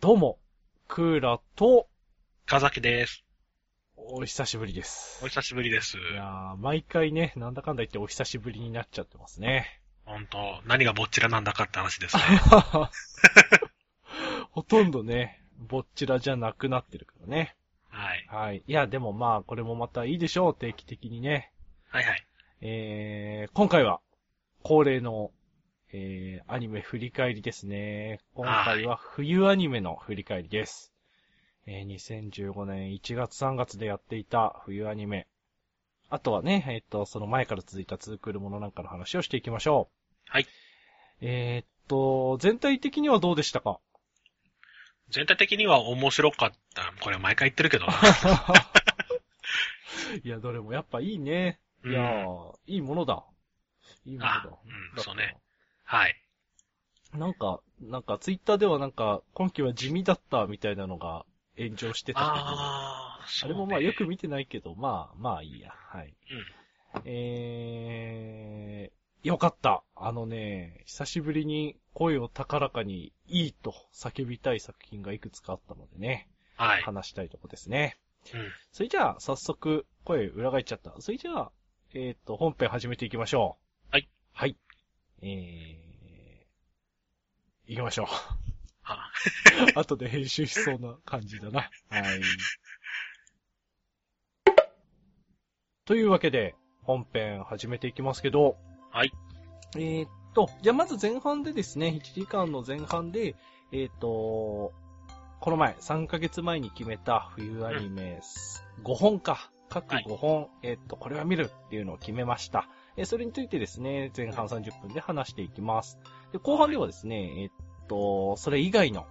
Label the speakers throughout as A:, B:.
A: どうも、クーラと、
B: かざきです。
A: お久しぶりです
B: お。久しぶりです。
A: いやー、毎回ね、なんだかんだ言ってお久しぶりになっちゃってますね。
B: ほんと、何がぼっちらなんだかって話 ですね。
A: ほとんどね、ぼっちらじゃなくなってるからね。
B: はい。
A: はい。いや、でもまあ、これもまたいいでしょう、定期的にね。
B: はいはい。
A: えー、今回は、恒例の、えー、アニメ振り返りですね。今回は冬アニメの振り返りです。えー、2015年1月3月でやっていた冬アニメ。あとはね、えっ、と、その前から続いたツークールものなんかの話をしていきましょう。
B: はい。
A: えー、っと、全体的にはどうでしたか
B: 全体的には面白かった。これ毎回言ってるけどな。
A: いや、どれもやっぱいいね。 いやー、いいものだ。いいものだ
B: あ。うん
A: だ
B: そうねはい。
A: なんか、なんかツイッターではなんか、今期は地味だったみたいなのが炎上してたけど、あ
B: ああ、そ
A: れ
B: うね
A: もまあよく見てないけど、まあまあいいや。はい。
B: うん
A: えー、よかった。あのね、久しぶりに声を高らかにいいと叫びたい作品がいくつかあったのでね、
B: はい。
A: 話したいとこですね。
B: うん。
A: それじゃあ、早速、声裏返っちゃった。それじゃあ、えっ、と、本編始めていきましょう。
B: はい。
A: はい。えー、行きま しょう。
B: あ
A: 後で編集しそうな感じだな。はい。というわけで、本編始めていきますけど。
B: はい。
A: えーっと、じゃあまず前半でですね、1時間の前半で、えーっと、この前、3ヶ月前に決めた冬アニメ、5本か。各
B: はい
A: 5本、えーっと、これは見るっていうのを決めました。えーそれについてですね、前半30分で話していきます。で、後半ではですね、えーっと、それ以外の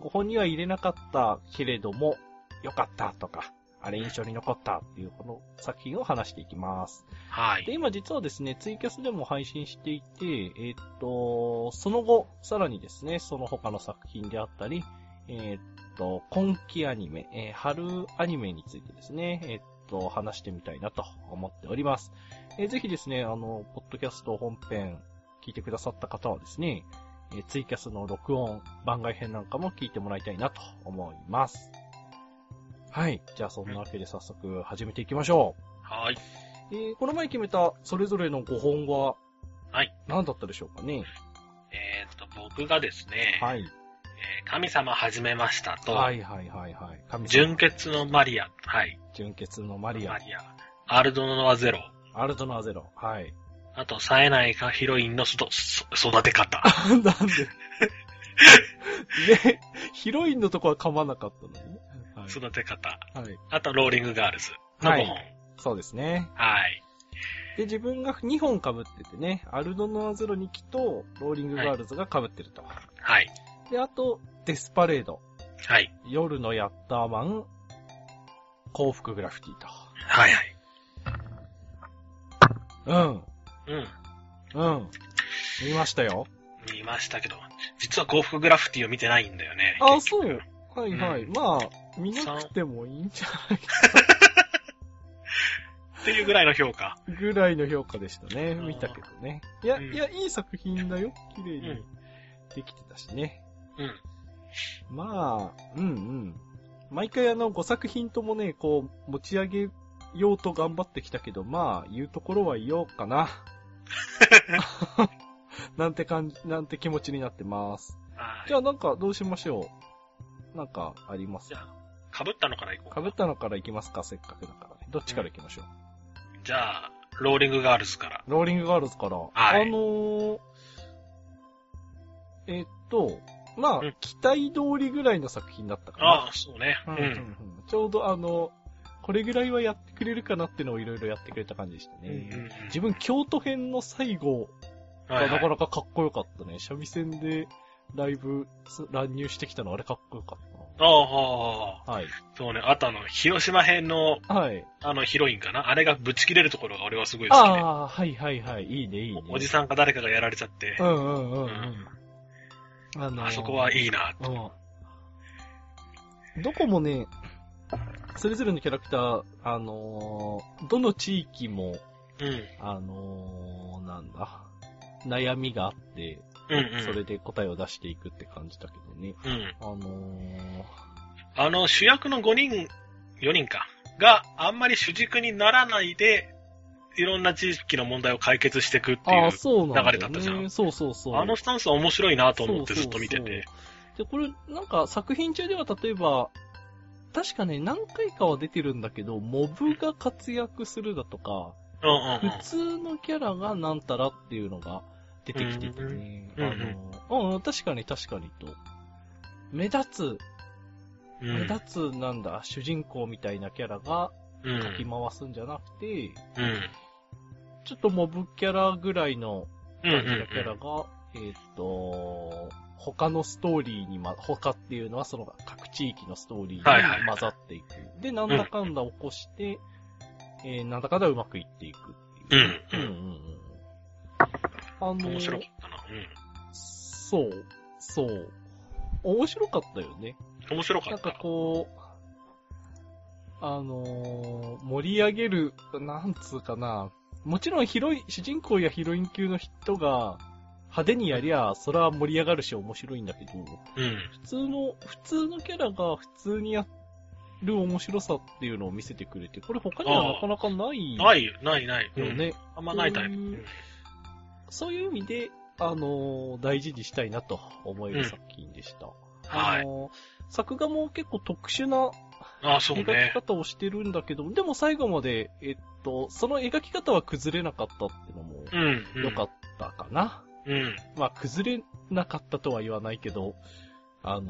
A: ご本には入れなかったけれども、良かったとか、あれ印象に残ったっていうこの作品を話していきます。
B: は
A: で、
B: い。
A: 今実はですね、ツイキャスでも配信していて、えーっと、その後、さらにですね、その他の作品であったり、えーっと、今期アニメ、えー春アニメについてですね、えーっと、話してみたいなと思っております。えーぜひですね、あの、ポッドキャスト本編、聞いてくださった方はですね、えーツイキャスの録音、番外編なんかも聞いてもらいたいなと思います。はい。じゃあ、そんなわけで早速始めていきましょう。
B: はい。
A: えーこの前決めたそれぞれの5本は、
B: はい。
A: 何だったでしょうかね。
B: えっと、僕がですね、
A: はい。
B: えー神様始めましたと、
A: はいはいはいはい。神様
B: 純。血のマリア、はい。
A: 純血のマリア
B: マ。リア。アルドノアゼロ。
A: アルトナーゼロ。はい。
B: あと、冴えないかヒロインの育育 て方。
A: なん でね、ヒロインのとこは噛まなかったのね。は
B: 育て方。
A: い。はい、
B: あと、ローリングガールズの5本。
A: はそうですね。
B: はい。
A: で、自分が2本被っててね、アルドノアゼロ2期とローリングガールズが被ってると。
B: はい。
A: で、あと、デスパレード、
B: はい。
A: 夜のヤッターマン、幸福グラフィティと。
B: はいはい。
A: うん。
B: うん。
A: うん。見ましたよ。
B: 見ましたけど、実は幸福グラフィティを見てないんだよね。
A: あ、
B: 結
A: そ
B: 局
A: う。。はいはい。
B: う
A: まあ、見なくてもいいんじゃない
B: っていうぐらいの評
A: か
B: 価。
A: ぐらいの評価でしたね。
B: あー
A: 見たけどね。いや、
B: うん
A: いや、いい作品だよ。綺麗
B: う
A: に
B: ん
A: できてたしね。
B: うん。
A: まあ、うんうん。毎回あの、5作品ともね、こう、持ち上げようと頑張ってきたけど、まあ、言うところは言おうか な。なんて感じ、なんて気持ちになってます。
B: はい。
A: じゃあなんか、どうしましょう。なんか、あります
B: じゃあ、被ったのからいこう
A: かぶったのから行きますか、せっかくだからね。どっちから行きましょう。
B: じゃあ、ローリングガールズから。
A: ローリングガールズから。
B: はい
A: あのー、えっと、まあ、
B: うん
A: 期待通りぐらいの作品だったか
B: あ
A: な。
B: あ、そうね。う。
A: うんんうんうんちょうどあの、これぐらいはやってくれるかなってのをいろいろやってくれた感じでした
B: うんうんう
A: ね。
B: ん
A: 自分、京都編の最後が
B: はい
A: なか
B: はい
A: なかかっこよかったね。三味線でライブす乱入してきたのあれかっこよかった
B: ああああ、
A: な。はい。
B: そうね。あとあの、広島編の、
A: はい。
B: あの、ヒロインかなあれがぶち切れるところが俺はすごい好きで。
A: ああー、はいはいはい。いいね、いいね。
B: おじさんか誰かがやられちゃって
A: う、んうんうんう。
B: うん
A: あのー
B: あそこはいいな。
A: うん。どこもね、それぞれのキャラクター、あのーどの地域も、
B: うん。
A: あのーなんだ、悩みがあって、
B: うんうん
A: それで答えを出していくって感じだけどね。
B: うん。
A: あのー、
B: あの、主役の5人、4人か、があんまり主軸にならないで、いろんな地域の問題を解決していくってい
A: あ
B: う
A: あ、、そうなんだ、ね。
B: 流れだったじゃん
A: そうそうそう。
B: あのスタンスは面白いなと思ってずっと見てて。
A: そうそうそう。で、これ、なんか作品中では例えば、確かね、何回かは出てるんだけど、モブが活躍するだとか、
B: うんうんうん
A: 普通のキャラがなんたらっていうのが出てきててね。
B: うんうん
A: あの、うん、確かに確かにと。目立つ、
B: う
A: 目
B: ん。
A: 立つなんだ、主人公みたいなキャラが
B: うん
A: かき回すんじゃなくて、
B: うん。
A: ちょっとモブキャラぐらいの
B: うん
A: 感じのキャラが、えーっと、他のストーリーにま、他っていうのはその各地域のストーリ
B: はい
A: ー
B: はい
A: に混ざっていく。で、なんだかんだ起こして、えーなんだかんだうまくいっていくっていう。
B: うんうん
A: うんうんあ
B: うん。
A: の、
B: 面白かったな。
A: そう、そう。面白かったよね。
B: うん。面白か
A: なん
B: っ
A: か
B: た。
A: こう、あのー盛り上げる、なんつうかな。もちろんヒロイン、主人公やヒロイン級の人が派手にやりゃ、それは盛り上がるし面白いんだけど、
B: うん。
A: 普通の、普通のキャラが普通にやる面白さっていうのを見せてくれて、これ他にはなかなかないよ
B: ないよ、ないない。うん
A: ね。
B: あんまないタイプ。
A: う
B: うんん
A: そういう意味で、あのー大事にしたいなと思える作品でした。
B: は
A: あ
B: い。
A: のー作画も結構特殊な
B: あ、そう
A: 描き
B: ね。
A: 方をしてるんだけど、でも最後まで、えっと、その描き方は崩れなかったってのも
B: うん。うん
A: 良かったかな。
B: うん。
A: まあ、崩れなかったとは言わないけど、あのー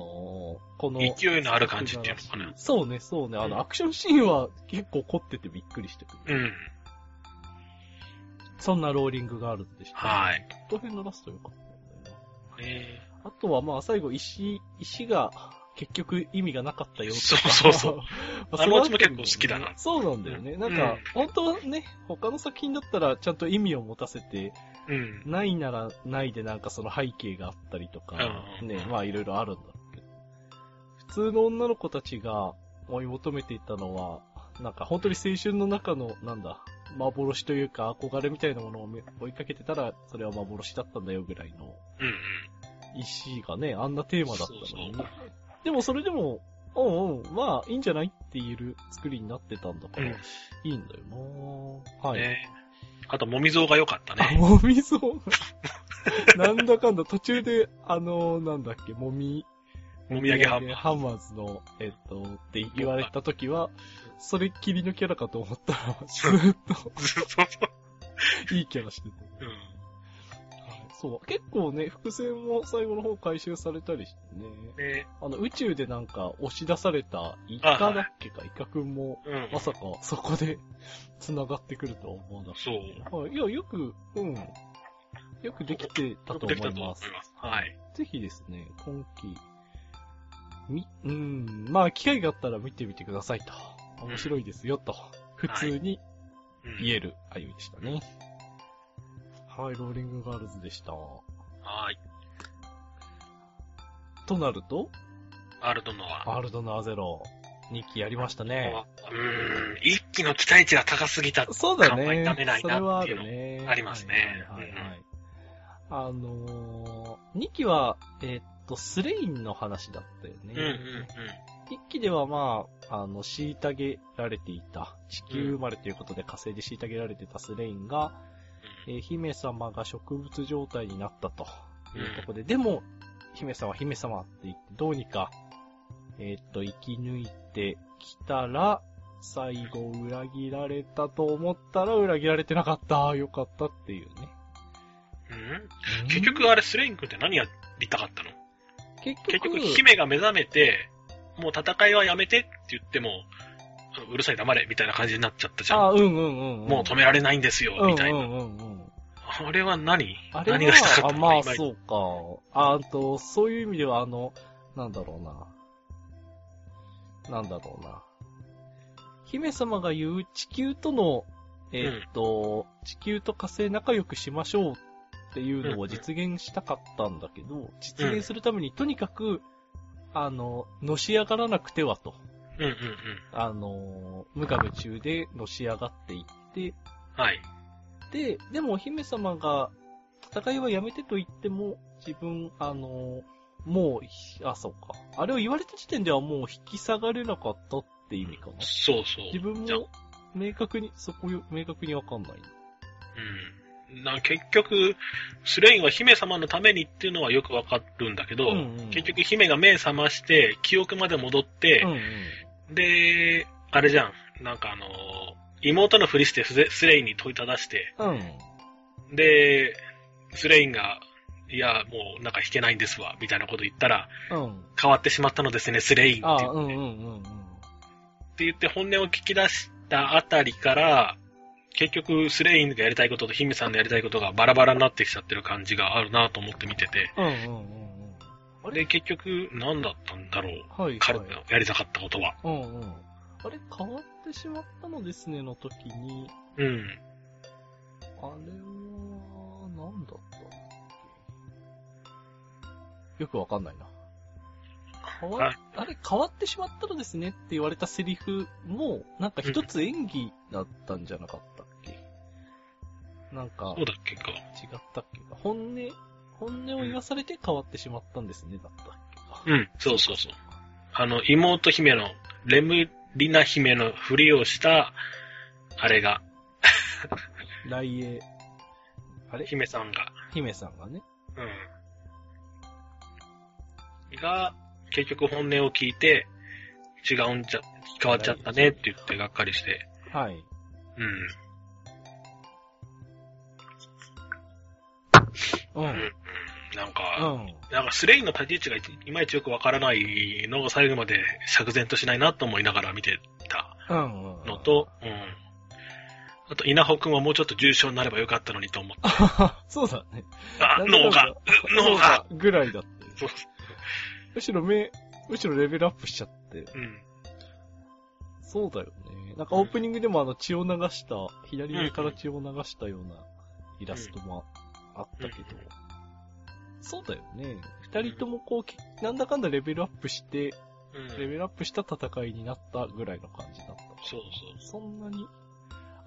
A: この。
B: 勢いのある感じっていうのかな
A: そうね、そうね。あの、
B: うん
A: アクションシーンは結構凝っててびっくりしてく
B: う
A: る。
B: ん。
A: そんなローリングガールズでした。
B: はい。
A: この辺のラスト良かったんだよ
B: え
A: な。あとはまあ、最後、石、石が、結局意味がなかったよとか。
B: そうそうそう
A: ま
B: あのうちも結構好きだな
A: そうなんだよね。
B: うん
A: なんか、本当はね、他の作品だったらちゃんと意味を持たせて、
B: ーうん。
A: ないならないでなんかその背景があったりとか、
B: うん
A: ね、まあいろいろあるんだろうけど。普通の女の子たちが追い求めていたのは、なんか本当に青春の中の、なんだ、幻というか憧れみたいなものをめ追いかけてたら、それは幻だったんだよぐらいの
B: うんうん。
A: 石がね、あんなテーマだったのにね
B: そうそう
A: でもそれでも、うんうん、まあ、いいんじゃないって言える作りになってたんだから、
B: うん
A: いいんだよなはい。
B: ねあと、もみぞうが良かった
A: あ、
B: ね。
A: もみそう。なんだかんだ、途中で、あのなんだっけ、もみ、
B: もみあげハンマー
A: ハンマーズの、えっと、って言われた時は、それっきりのキャラかと思ったら、ずーっ
B: そうそうそう
A: といいキャラしてた、
B: うん
A: はいそう。結構ね、伏線も最後の方回収されたりしてね。
B: ね
A: あの、宇宙でなんか押し出されたイカだっけか、イカくんも、
B: うん。
A: まさかそこで繋がってくるとは思わなかっ
B: そう。
A: た。はいいや、よく、うん。よくできてたと思います。
B: はい。
A: ぜひですね、今期、み、うん、まあ、機会があったら見てみてくださいと。面白いですよと。普通に
B: うん
A: 言えるあゆみでしたね。はい、ローリングガールズでした。
B: はい。
A: となると、
B: アルドノア。
A: ワールドのアゼロ、2期やりましたね。
B: うん。一気の期待値が高すぎた。
A: そうだ
B: 考え
A: ね。
B: られない
A: そ
B: な
A: れはあ
B: っていう
A: る
B: の
A: ね。
B: ありますね
A: はいはいはいはいあのー、2期は、えーっと、スレインの話だったよ
B: うんうん
A: ね。一1期ではまあ、あの、虐げられていた、地球生まれということで火星で虐げられてたスレインが、
B: う
A: え
B: ん。
A: ー姫様が植物状態になったというとこ
B: う
A: ろ
B: ん
A: で、でも、姫様、姫様って言って、どうにか、えーっと、生き抜いてきたら、最後裏切られたと思ったら裏切られてなかった。よかったっていうね。
B: うん結局あれ、スレイン君って何やりたかったの
A: 結局、
B: 結局、姫が目覚めて、もう戦いはやめてって言っても、あのうるさい黙れみたいな感じになっちゃったじゃん。
A: あ、うんうんうん、うん。
B: もう止められないんですよ、みたい
A: うん
B: な。
A: うんうんうん。
B: あれは何
A: あれは
B: 何がしたかった
A: あ
B: の
A: まあ、
B: いまいち
A: そうか。ああと、そういう意味では、あの、なんだろうな。なんだろうな。姫様が言う地球との、えーっと、地球と火星仲良くしましょうっていうのを実現したかったんだけど、実現するためにとにかく、あの、のし上がらなくてはと。
B: うんうんうん。
A: あの、無我夢中でのし上がっていって、
B: はい。
A: で、でもお姫様が戦いはやめてと言っても、自分、あの、もうひ、あ、そうか。あれを言われた時点ではもう引き下がれなかったって意味かな。
B: そうそう。
A: 自分
B: じゃあ
A: も、明確に、そこよ、明確にわかんない。
B: うん。な結局、スレインは姫様のためにっていうのはよくわかるんだけど、
A: うんうん
B: 結局姫が目覚まして、記憶まで戻って
A: うん、うん。
B: で、あれじゃん、なんかあのー妹のふりしてスレスレインに問いただして、
A: うん。
B: で、スレインが、いや、もうなんか弾けないんですわ、みたいなこと言ったら、
A: うん。
B: 変わってしまったのですね、スレイン
A: あ
B: って
A: あ、
B: 言っ
A: う
B: て
A: んうんうんうん。
B: って言って本音を聞き出したあたりから、結局、スレインがやりたいことと姫さんのやりたいことがバラバラになってきちゃってる感じがあるなと思って見てて。
A: うんうんうんうん。あれ
B: で、結局、何だったんだろう。
A: はい、は
B: 彼
A: い
B: の。やりたかったことは。
A: うんうん。あれ、変わってしまったのですね、の時に、
B: うん。
A: あれは、なんだったんだっけよくわかんないな。変わ
B: は
A: っ
B: い、
A: あれ、変わってしまったのですねって言われたセリフも、なんか一つ演技だったんじゃなかったっけ、なんか、
B: そ
A: 違っ
B: うだっけか。
A: たっけか本音、本音を言わされて変わってしまったんですね、だったっけか。
B: うん、そうそうそう。あの、妹姫の、レムリナ姫のふりをした、あれが、
A: 来栄、あれ
B: 姫さんが、
A: 姫さんがね。
B: うん。が、結局本音を聞いて、違うんじゃ、変わっちゃったねって言ってがっかりして、
A: はい。
B: うん。
A: うん。う
B: うん
A: ん。
B: なんか、なんかスレインの立ち位置がいいまいちよくわからないのを最後まで釈然としないなと思いながら見てた
A: うん。うん。
B: のと、うん。あと、稲穂くんはもうちょっと重症になればよかったのにと 思った。
A: そうだね。
B: あ、脳が、脳が、
A: ぐらいだって。
B: そう
A: むしろ目、むしろレベルアップしちゃって。
B: うん。
A: そうだよね。なんかオープニングでもあの血を流した、左上から血を流したようなイラストもあったけど。そうだよね。二人ともこうき、なんだかんだレベルアップして、
B: うん、
A: レベルアップした戦いになったぐらいの感じだった。
B: そうそう。
A: そんなに、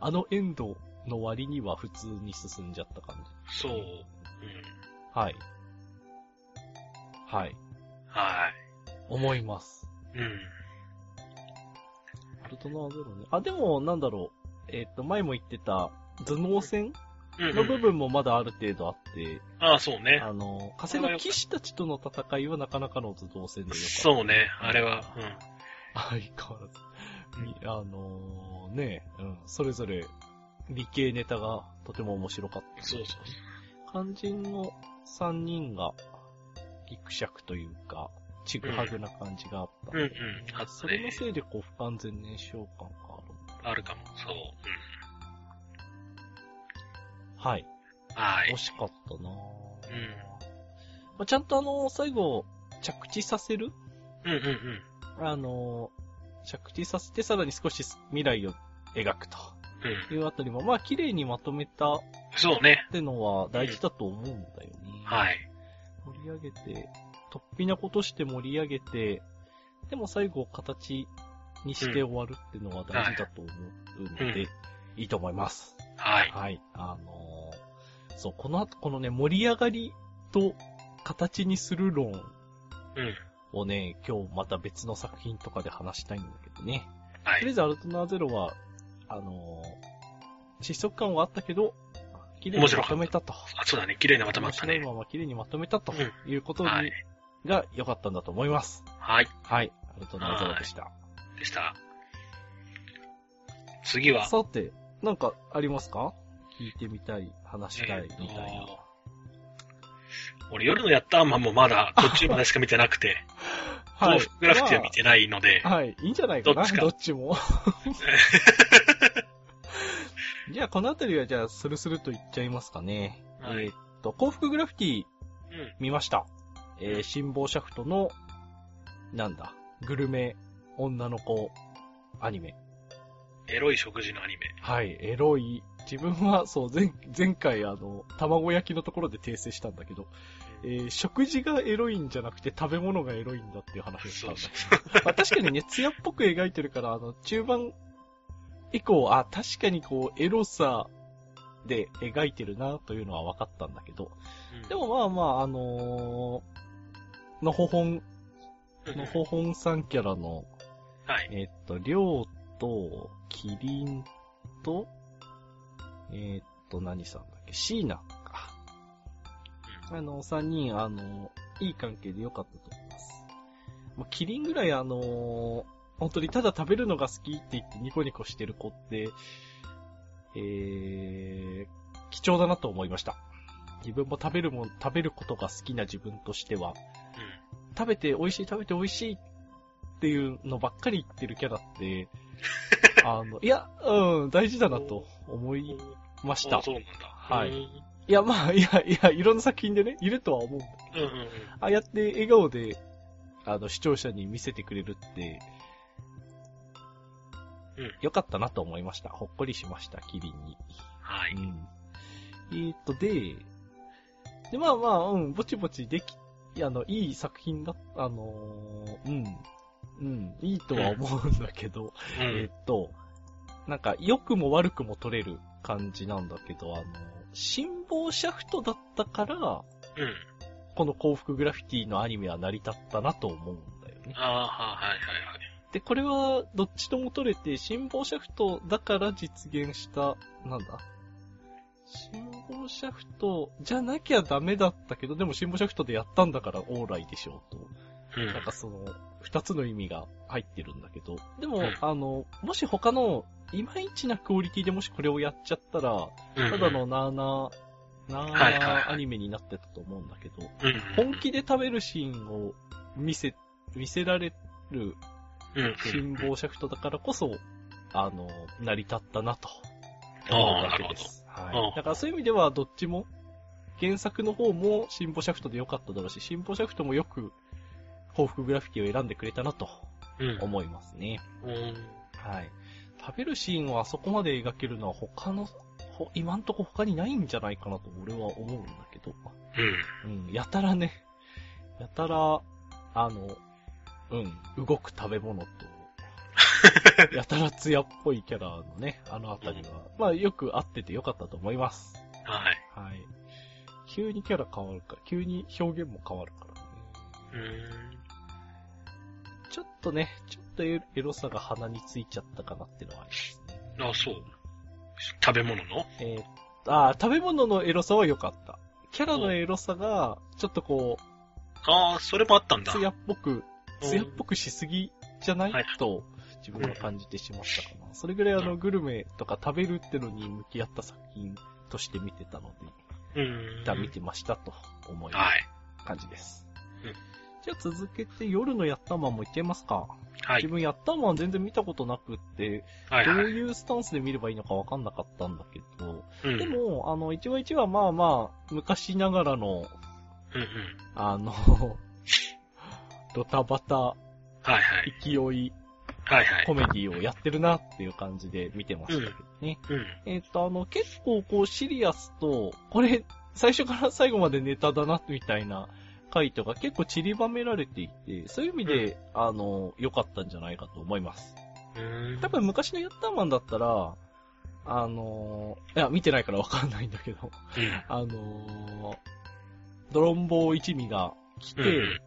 A: あのエンドの割には普通に進んじゃった感じ。
B: そう。うん。
A: はい。はい。
B: は
A: 思います。
B: い。うん。
A: アルトナはゼロね。あ、でも、なんだろう。えっ、と、前も言ってた、頭脳戦
B: うんうん
A: の部分もまだある程度あって、
B: ああ、そうね。
A: あの、火星の騎士たちとの戦いはなかなかの頭脳戦でよかった。
B: そうね、あれは。
A: 相変わらず。みあのーね、うん、それぞれ、理系ネタがとても面白かっ
B: うん。
A: た。
B: そうそう。
A: 肝心の3人が、ギクシャクというか、ちぐはぐな感じがあった。
B: うんうんあったね
A: それのせいで、こう、不完全燃焼感があるの。
B: あるかも。そう。
A: はい。
B: うん。はい
A: 惜。しかったなぁ
B: うん
A: まあ、ちゃんとあの、最後、着地させる
B: うんうんうん。
A: あの、着地させてさらに少し未来を描くと
B: うん。
A: いうあたりも、まあ、綺麗にまとめたっ
B: そうね。
A: てのは大事だと思うんだよね。
B: はい。
A: 盛り上げて、突飛なことして盛り上げて、でも最後形にして終わるってのは大事だと思うので、
B: うんはい
A: いいと思います。
B: はい。
A: はい。あのーそう、この後、このね、盛り上がりと形にする論
B: うん。
A: をね、今日また別の作品とかで話したいんだけどね。
B: は
A: とりあ
B: い。
A: えず、アルトナーゼロは、あのー失速感はあったけど、綺麗に
B: 面白
A: ま
B: かった
A: とめたと。
B: あ、そうだね。綺麗にまとまった
A: 面
B: ね。
A: 白いまま綺麗にまとめたと
B: う
A: いうことに、
B: はい。
A: が良かったんだと思います。
B: はい。
A: はい。アルトナーゼロでした。
B: でした。次は、
A: さて、なんかありますか聞いてみたい、話し
B: え
A: たい、
B: ー
A: み
B: と
A: たいな。
B: 俺、夜のやったアンマンもまだ途中までしか見てなく て、幸福グラフィティは見てないので、
A: はい、いいんじゃないか
B: ど
A: な、
B: っちか
A: どっちも。 じゃあ、このあたりは、じゃあ、スルスルと言っちゃいますかね。
B: はい
A: えーっと、幸福グラフィティ
B: うん。
A: 見ました。えー、辛抱シャフトの、なんだ、グルメ、女の子、アニメ。
B: エロい食事のアニメ。
A: はい、エロい。自分は、そう、前、前回、あの、卵焼きのところで訂正したんだけど、えー食事がエロいんじゃなくて食べ物がエロいんだっていう話をしたんだ
B: そ
A: けど、 まあ確かにね、艶っぽく描いてるから、あの、中盤以降、あ、確かにこう、エロさで描いてるなというのは分かったんだけど、
B: うん
A: でもまあまあ、あのー、のほほん、
B: うん
A: のほほんさんキャラの、
B: はい。
A: えっと、りょうと、キリンと、えっと、何さんだっけ、シーナか。あの、三人、あの、いい関係で良かったと思います。まあ、キリンぐらいあの、本当にただ食べるのが好きって言ってニコニコしてる子って、えー、貴重だなと思いました。自分も食べるもん、食べることが好きな自分としては、食べて美味しい食べて美味しいっていうのばっかり言ってるキャラ って、あの、いや、うん、大事だなと思
B: うん。
A: いまし
B: あ
A: た。
B: そうなんだ。
A: はい
B: うん
A: いや、まあ、いや、いや、いろんな作品でね、いるとは思うんだ
B: うんうんうん。
A: ああやって笑顔で、あの、視聴者に見せてくれるって、
B: うん
A: よかったなと思いました。ほっこりしました、キリンに。
B: はい。
A: うん。えーっと、で、で、まあまあ、うん、ぼちぼちでき、いやあの、いい作品だ、あのーうん、うん、いいとは思うんだけど、
B: う
A: えー
B: ん。
A: っと、なんか、良くも悪くも取れる感じなんだけど、あの、辛抱シャフトだったから、
B: うん。
A: この幸福グラフィティのアニメは成り立ったなと思うんだよね。
B: ああ、はいはいはい。
A: で、これはどっちとも取れて、辛抱シャフトだから実現した、なんだ辛抱シャフトじゃなきゃダメだったけど、でも辛抱シャフトでやったんだからオーライでしょうと。
B: うん。
A: なんかその、二つの意味が入ってるんだけど。でも、
B: うん
A: あの、もし他の、いまいちなクオリティでもしこれをやっちゃったら、ただのなーなー、な
B: はいはい
A: ー
B: は
A: ないーアニメになってたと思うんだけど、
B: うん、
A: 本気で食べるシーンを見せ、見せられる
B: うん、
A: 辛抱シャフトだからこそ、あの、成り立ったなと。
B: ああ
A: 思うわけです。は
B: うん
A: い。だからそういう意味では、どっちも、原作の方も辛抱シャフトで良かっただろうし、辛抱シャフトもよく、報復グラフィティを選んでくれたなと
B: うん。
A: 思いますね。
B: うん。
A: はい。食べるシーンをあそこまで描けるのは他の、ほ今んとこ他にないんじゃないかなと俺は思うんだけど。うん、やたらね、やたら、あの、うん、動く食べ物と、やたら艶っぽいキャラのね、あのあたりは、まあよく合っててよかったと思います。
B: はい。
A: はい。急にキャラ変わるから、急に表現も変わるからね。
B: うん。
A: ちょっとね、ちょっとエロさが鼻についちゃったかなってのはありますね。
B: あ、そう。食べ物の
A: えーっとあー食べ物のエロさは良かった。キャラのエロさが、ちょっとこう、
B: ああ、それもあったんだ。
A: 艶っぽく艶っぽくしすぎじゃない、
B: はい
A: と自分は感じてしまったかな。それぐらいあの、グルメとか食べるってのに向き合った作品として見てたので、
B: うん
A: 一。旦見てましたと思い
B: はい。
A: 感じです。
B: うん
A: じゃあ続けて夜のヤッターマンもいっちゃいますか。
B: は
A: 自
B: い。
A: 分ヤッターマン全然見たことなくって、
B: はい
A: ど
B: は
A: う
B: い。
A: いうスタンスで見ればいいのかわかんなかったんだけど、
B: うん。うん
A: でも、あの、一話一話まあまあ、昔ながらの、
B: うん。
A: あ の、ドタバタ
B: はいはい。
A: 勢い
B: はいはい
A: コ。メディをやってるなっていう感じで見てましたけどね。
B: うん。
A: えっ、と、あの、結構こうシリアスと、これ、最初から最後までネタだな、みたいな回とか結構散りばめられていて、そういう意味で、あの、良かったんじゃないかと思います。
B: うん。
A: 多分昔のヤッターマンだったら、あの、いや、見てないからわかんないんだけど、
B: うん。
A: あの、ドロンボー一味が来て、
B: うん。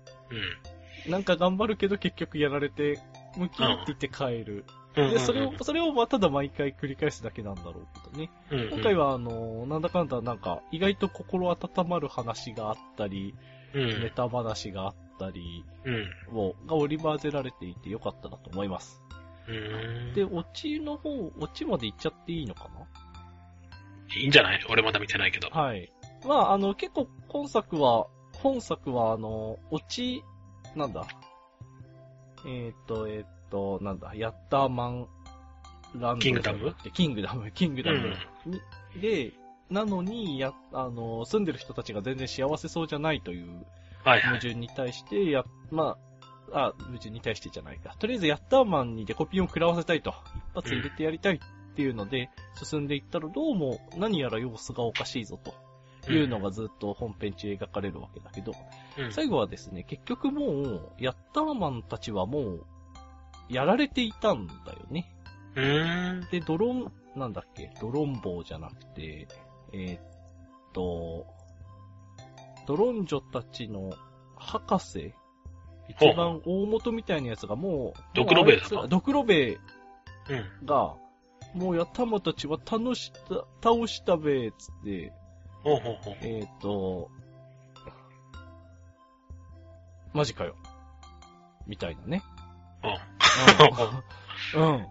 A: なんか頑張るけど結局やられて、ムキって言って帰る。
B: うん。
A: で、それを、それをまあただ毎回繰り返すだけなんだろうけどね。今
B: 今
A: 回、はあの、なんだかんだなんか、意外と心温まる話があったり、
B: うん。
A: ネタ話があったり、
B: うん。
A: を、が織り交ぜられていてよかったなと思います。
B: うん。
A: で、オチの方、オチまで行っちゃっていいのか
B: いいんじゃない俺まだ見てないけど。
A: なはい。まあ、あの、結構今作は、本作はあの、オチ、なんだえっ、と、えっ、と、なんだ、ヤッターマン、ランド
B: キングダム
A: キングダム、キング
B: う
A: ダム。
B: ん。
A: で、なのに、や、あの、住んでる人たちが全然幸せそうじゃないという
B: はいは
A: 矛
B: い。
A: 盾に対して、や、まあ、あ、矛盾に対してじゃないか。とりあえずヤッターマンにデコピンを食らわせたいと。一発入れてやりたいっていうので、進んでいったらどうも何やら様子がおかしいぞというのがずっと本編中描かれるわけだけど、
B: うん、
A: 最後はですね、結局もう、ヤッターマンたちはもう、やられていたんだよね。
B: うん。
A: で、ドロン、なんだっけ、ドロンボーじゃなくて、えーっと、ドロンジョたちの博士、
B: ほう
A: 一番大元みたいなやつがもう、
B: ドクロベエだな
A: もうあいつらドクロベエ
B: うん。
A: が、もうやたまたちは楽した、倒したべ、つって、
B: ほうほうほう。
A: えーっと、マジかよ。みたいなね。うん。 うん。
B: うん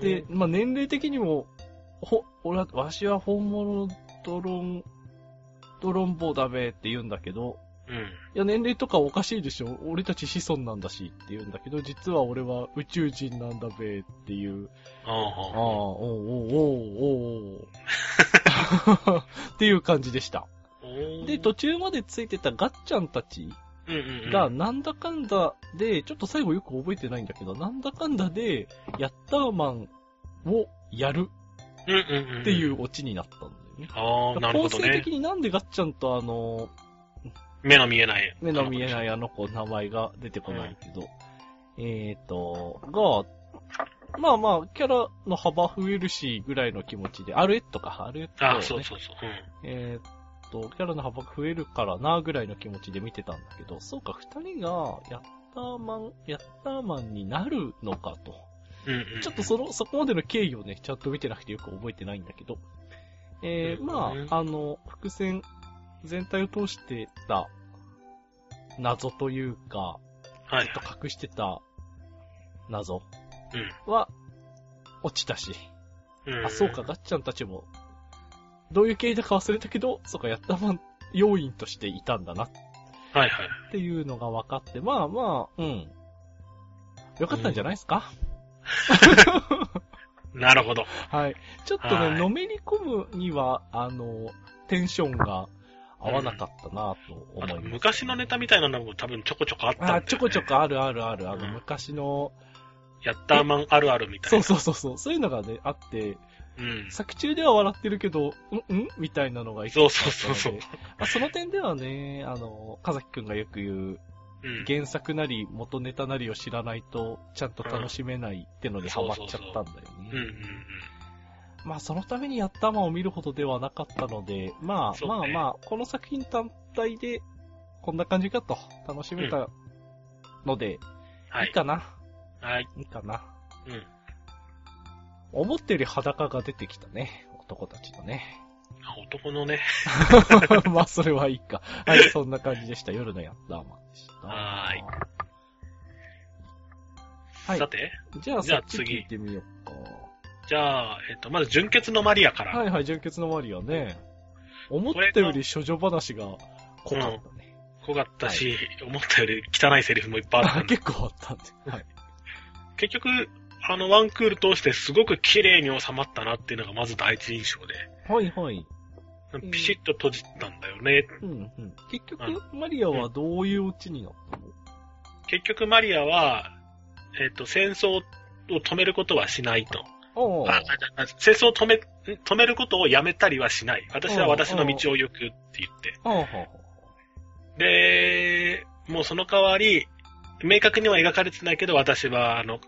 A: で、、まあ、年齢的にも、ほ、俺は、わしは本物ドロン、ドロンボだべって言うんだけど、
B: うん。
A: いや、年齢とかおかしいでしょ俺たち子孫なんだしって言うんだけど、実は俺は宇宙人なんだべっていう、
B: ほう
A: ああ、
B: ほ
A: お
B: う
A: うおうおうおうおうっていう感じでした。
B: ほう。
A: で、途中までついてたガッチャンたち
B: うんうんうん、
A: が、なんだかんだで、ちょっと最後よく覚えてないんだけど、なんだかんだで、ヤッターマンをやる
B: うんうんうん、
A: っていうオチになったんだよね。
B: ああ、なるほど
A: 構成
B: ね
A: 的。になんでガッチャンとあの、
B: 目の見えない。
A: 目の見え
B: い。
A: ないあの子、名前が出てこないけど、えーと、が、まあまあ、キャラの幅増えるし、ぐらいの気持ちで、アルエットか、アルエットだよ
B: あ
A: ね、
B: あ、そうそうそう。う
A: えーと、キャラの幅増えるからな、ぐらいの気持ちで見てたんだけど、そうか、二人が、ヤッターマン、ヤッターマンになるのかと。
B: ん。うんうん、
A: ちょっとその、そこまでの経緯をね、ちゃんと見てなくてよく覚えてないんだけど、えー、ま
B: うん
A: あ、あの、伏線全体を通してた謎というか、
B: はい
A: ちょっと隠してた謎
B: うん
A: は落ちたし、
B: うん。
A: あ、そうか、。ガッチャンたちも、どういう経緯だか忘れたけど、そうか、やったまん要員としていたんだな
B: はいはい。
A: っていうのが分かって、まあまあ、うん。よかったんじゃないですか、
B: なるほど。
A: はい。ちょっとね、
B: はい
A: のめり込むには、あの、テンションが合わなかったなと思
B: あと
A: います。
B: 昔のネタみたいなのも多分ちょこちょこあったんだよ、
A: あ、
B: ね。
A: ちょこちょ。こあるあるある、あの、
B: うん
A: 昔の、
B: やったーマンあるあるみたい
A: そ
B: な。
A: うそうそうそう、そういうのがね、あって、
B: う。うん。
A: 作中では笑ってるけど、うんうんみたいなのがいくつかあったので
B: そうそうそうそう
A: まあその点ではね、あの、かざきくんがよく言う、
B: うん。
A: 原作なり元ネタなりを知らないと、ちゃんと楽しめないってのにハマっちゃったんだよね。
B: うんうんうん。
A: まあ、そのためにやったまを見るほどではなかったので、まあ、
B: そう
A: まあ
B: ね
A: まあ、この作品単体で、こんな感じかと、楽しめたので、、
B: はい
A: い
B: い。
A: かな、
B: はい。
A: いいかな。
B: うん。
A: 思ったより裸が出てきたね、男たちのね。
B: あ男のね。
A: まあ、それはいいか。はい、そんな感じでした。夜のやったまでした。
B: はーい。
A: はい
B: さて、
A: じゃあ、
B: じゃあ
A: さっき聞いてみよう
B: じゃあ、えっと、まず純潔のマリアか
A: か。
B: ら。
A: はいはい、純潔のマリアね。思ったより処女話が濃かったね。
B: 濃かったし、思ったより汚いセリフもいっぱいあったん で
A: 結構あったんで。はい。
B: 結局、あのワンクール通してすごく綺麗に収まったなっていうのがまず第一印象で。
A: はいはい。ん
B: ピシッと閉じたんだよね。
A: うんうん。結局
B: あの、
A: マリアはどういうオチになったの
B: 結局マリアは、えっ、と、戦争を止めることはしないと。
A: お
B: あああ戦争を止め、ん止めることをやめたりはしない。私は私の道を行くって言って。
A: ああ、
B: で、もうその代わり、明確には描かれてないけど、私は、あの、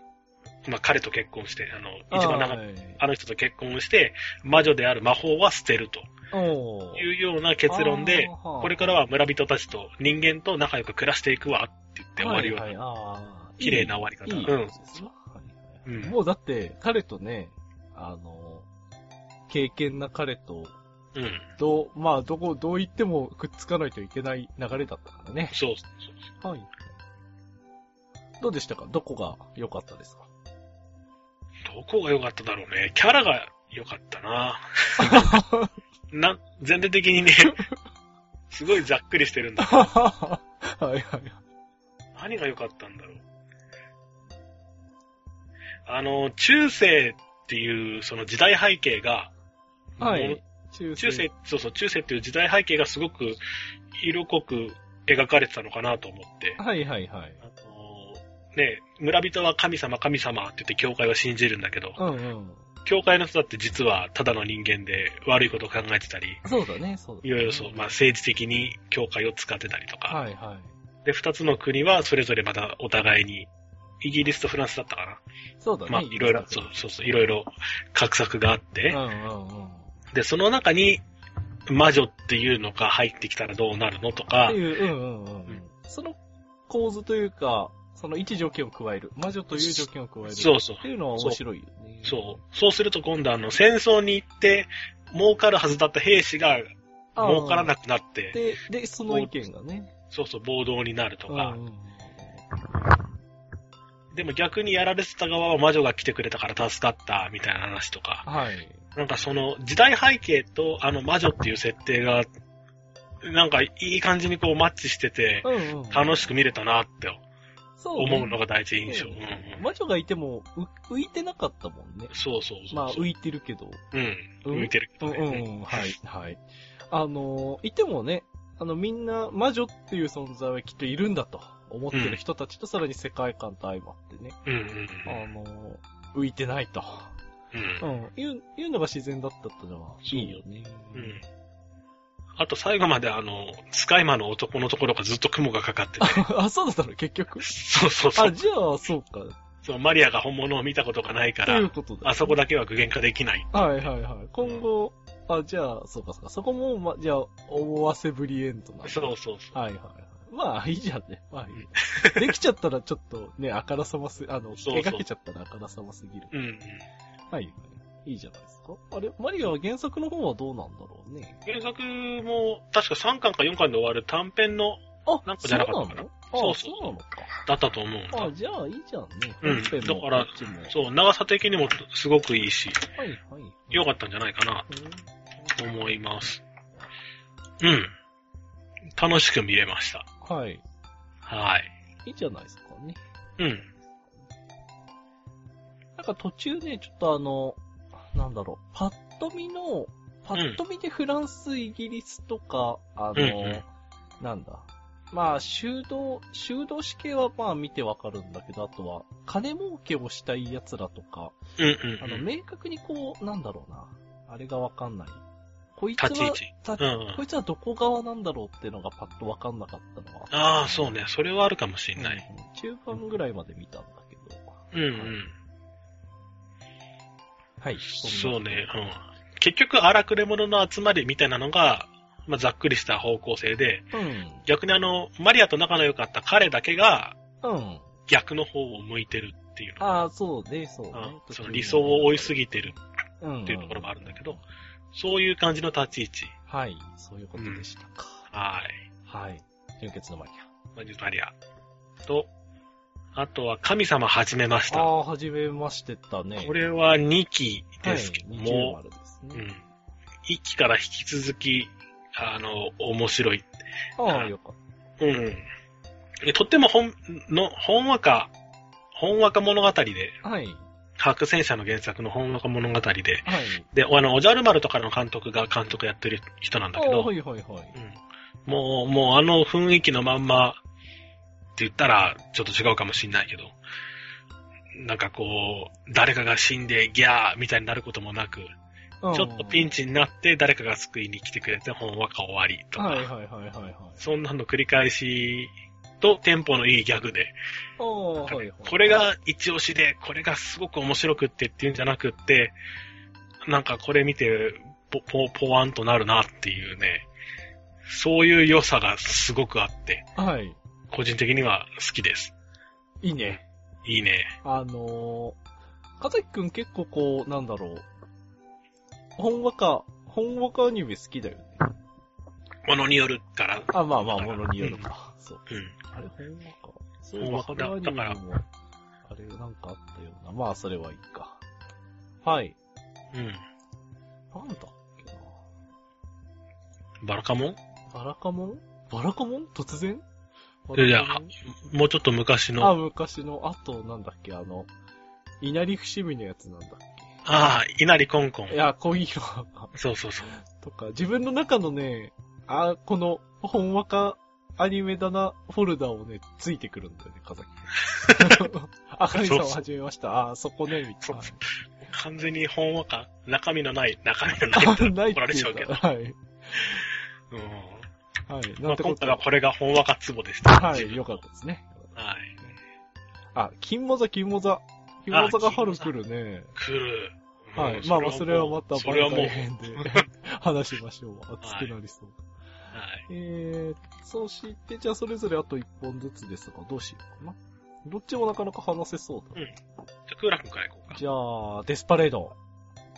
B: まあ、彼と結婚して、あの、一番長く、あの人と結婚をして、魔女である魔法は捨てると
A: おう
B: いうような結論で、、これからは村人たちと人間と仲良く暮らしていくわって言って終わり
A: は
B: は、
A: いはいああ
B: 綺麗な終わり方
A: いいいい
B: うん
A: そうですねはいはい
B: うん
A: もうだって、彼とね、あの、経験な彼と、
B: うん。
A: どう、まあ、どこ、どう言ってもくっつかないといけない流れだったからね。
B: そう。
A: はい。どうでしたかどこが良かったですか
B: どこが良かっただろうね。キャラが良かっ たな。な、全体的にね、すごいざっくりしてるんだ。
A: はいはいはい。
B: 何が良かったんだろう。あの、中世っていう、その時代背景が、
A: は
B: もの
A: い。中
B: 中世、そうそう、中世っていう時代背景がすごく色濃く描かれてたのかなと思って。
A: はいはいはい。
B: あのね、村人は神様神様って言って教会を信じるんだけど、
A: うんうん。
B: 教会の人だって実はただの人間で悪いことを考えてたり、
A: そうだね、そうだね。
B: いろいろそう、まあ政治的に教会を使ってたりとか、
A: はいはい。
B: で、二つの国はそれぞれまたお互いに、イギリスとフランスだったか
A: そうだ
B: な。
A: ね。
B: まあいろいろ、そうそうそう、いろいろ画策があって
A: う、んうんうん。
B: で、その中に、魔女っていうのが入ってきたらどうなるのと
A: っ
B: か
A: て、いう、うんうんうん。
B: ん
A: その構図というか、その一条件を加える。魔女という条件を加える。
B: そうそう
A: っていうのは面白いよね。
B: そう。そうすると今度あの、戦争に行って、儲かるはずだった兵士が
A: あー
B: 儲からなくなって、
A: で、で、その意見がね。
B: そうそう、暴動になるとか
A: う、んうん
B: でも逆にやられてた側は魔女が来てくれたから助かった、みたいな話とか、
A: はい。
B: なんかその時代背景とあの魔女っていう設定が、なんかいい感じにこうマッチしてて、
A: うんうん。
B: 楽しく見れたなって
A: そうね
B: 思うのが第一印象。
A: そううんね
B: うん
A: 魔女がいてもう浮いてなかったもんね。
B: そうそうそうそう。
A: まあ浮いてるけど。
B: うん。
A: うん
B: 向いてるけ
A: うん
B: ど
A: う
B: ね。
A: ん、はい、はい。あのーいてもね、あの、みんな魔女っていう存在はきっといるんだと思ってる人たちとさらに世界観と相まってね、
B: うんうん
A: あのー浮いてないと、
B: うん
A: う。ん、いう、いうのが自然だったってのは、いいよね。
B: うん。うん。あと最後まであの、使い魔の男のところがずっと雲がかかってて。
A: あ、そうだったの結局。
B: そうそうそ
A: あ、
B: う。
A: じゃあ、そうか。
B: そうマリアが本物を見たことがないか
A: という
B: ら、
A: ことだ。
B: あそこだけは具現化できない。
A: はいはいはい。今後、あ、じゃあ、そうかそうか。そこも、ま、じゃあ、思わせぶりエンドなんだ
B: そうそうそう。
A: はいはいはい。まあ、いいじゃんね。まあいい。 できちゃったらちょっとね、あからさます、あの、
B: そうそう
A: 描けちゃったらあからさますぎる。
B: うんうん。
A: はいはい。いいじゃないですか。あれ、マリアは原作の方はどうなんだろうね。
B: 原作も、確か3巻か4巻で終わる短編の、
A: あ、
B: なんかじゃなかった
A: そうな
B: かな
A: のあ
B: そうそう
A: そうなのか。
B: だったと思うんだ
A: あ、じゃあいいじゃんね。
B: うん
A: 本編も
B: だから
A: こっちも
B: そう、長さ的にもすごくいいし、
A: はいはい。
B: 良かったんじゃないかな
A: うん
B: と思います。うん。楽しく見れました。
A: はい。
B: はい。
A: いいじゃないですかね。
B: うん。
A: なんか途中ね、ちょっとあの、なんだろう、パッと見の、パッと見でフランス、イギリスとか、あの、
B: うんうん
A: なんだ。まあ、修道、修道士系はまあ見てわかるんだけど、あとは、金儲けをしたい奴らとか、
B: うん
A: あ
B: うん
A: の、
B: うん。
A: 明確にこう、なんだろうな、あれがわかんない。こいつは、
B: 立ち位置。
A: た
B: うんう
A: こ
B: ん。
A: いつはどこ側なんだろうっていうのがパッとわかんなかったのは、
B: ああ、そうね。それはあるかもしんない。
A: うん中盤ぐらいまで見たんだけど、
B: うんうん。
A: はい、んな
B: そうね。うん。結局、荒くれ者の集まりみたいなのが、まあ、ざっくりした方向性で、
A: う
B: 逆にあの、マリアと仲の良かった彼だけが
A: ん。うん。
B: 逆の方を向いてるっていうのが
A: ああ、そうね、そうね
B: うん。その理想を追いす
A: ぎ
B: ぎてる
A: っ
B: っていうところもあるんだけど、そういう感じの立ち位置。
A: はい、そういうことでしたか。
B: はい。
A: はい。純血のマリ
B: マジマリア。と、あとは神様始めまし
A: ア。
B: た。
A: ああ、はじめましてったね。
B: これは2期
A: はい
B: ですけど
A: 二重
B: も、
A: 丸です
B: う
A: ね。
B: ん。1期から引き続き、あの、面白い。
A: ああ、よかっ
B: うん。でとってもほん、の、ほんわか、ほんわか物語で、
A: た。はい。
B: 白戦車の原作のほんわか物語で、
A: はい。
B: で、あの、おじゃる丸とかの監督が監督やってる人なん
A: あ
B: だけ
A: あ、
B: ど、
A: はいはいはい。
B: うんもう、もうあの雰囲気のまんまって言ったらちょっと違うかもしんないけど、なんかこう、誰かが死んでギャーみたいになることもなく、ちょっとピン
A: チ
B: チになって誰かが救いに来てくれて本は終わりとか、
A: はいはいはいはいはい。
B: そんなの繰り返しとテンポのいいギャグで、
A: ああ、はいはい。
B: これが一押しで、これがすごく面白くってっていうんじゃなくって、なんかこれ見て、ぽ、ぽ、ぽわんとなるなっていうね、そういう良さがすごくあって、
A: はい。
B: 個人的には好きです。
A: いいね。
B: いいね。
A: あのー、かざきくん結構こう、なんだろう。ほんわか、ほんわかアニメ好きだよね。
B: ものによるから、
A: あ、まあまあ、ものによるか。そう。
B: うん。
A: あれ、ほんまか。そういえば、
B: ほん
A: 春
B: まか
A: アニメ
B: だ
A: も、あれ、なんかあったような。まあ、それはいいか。はい。
B: うん。
A: なんだっけな。
B: バラカモン
A: バラカモンバラカモン突然
B: いやいや
A: バラカモン
B: もうちょっと昔
A: あ、
B: の、
A: 昔の、あと、なんだっけ、あの、稲荷伏見のやつなんだっ
B: ああ、稲荷コンコン
A: け。い。や、恋色が
B: そうそうそう。
A: とか、自分の中のね、あ、この、ほんわか、アニメだな、フォルダをね、ついてくるんだよね、 風木。 あ、神様始めました。あ、そこね、みたいな。
B: 完全に本話か、中身のない、中身のない って
A: ない
B: 怒られちゃうけど。
A: はい。
B: うん。
A: はい。な
B: まあ
A: んて
B: 今
A: こと
B: 回はこれが本話かツボでした。
A: はい、よかったですね。
B: はい。
A: あ、金モザ、金モザ。金モザが春来るね。
B: 来る。
A: は
B: うん
A: い。まあまあ、それは
B: も
A: ま
B: う
A: た
B: それは
A: 番
B: もう、は
A: 外
B: い。
A: 編 で話しましょう。熱くなりそう。えー、そして、じゃあそれぞれあと一本ずつですが、どうしようかな。どっちもなかなか話せそうだ。
B: じゃあ、クーラ君からいこうか。
A: じゃあ、デスパレード。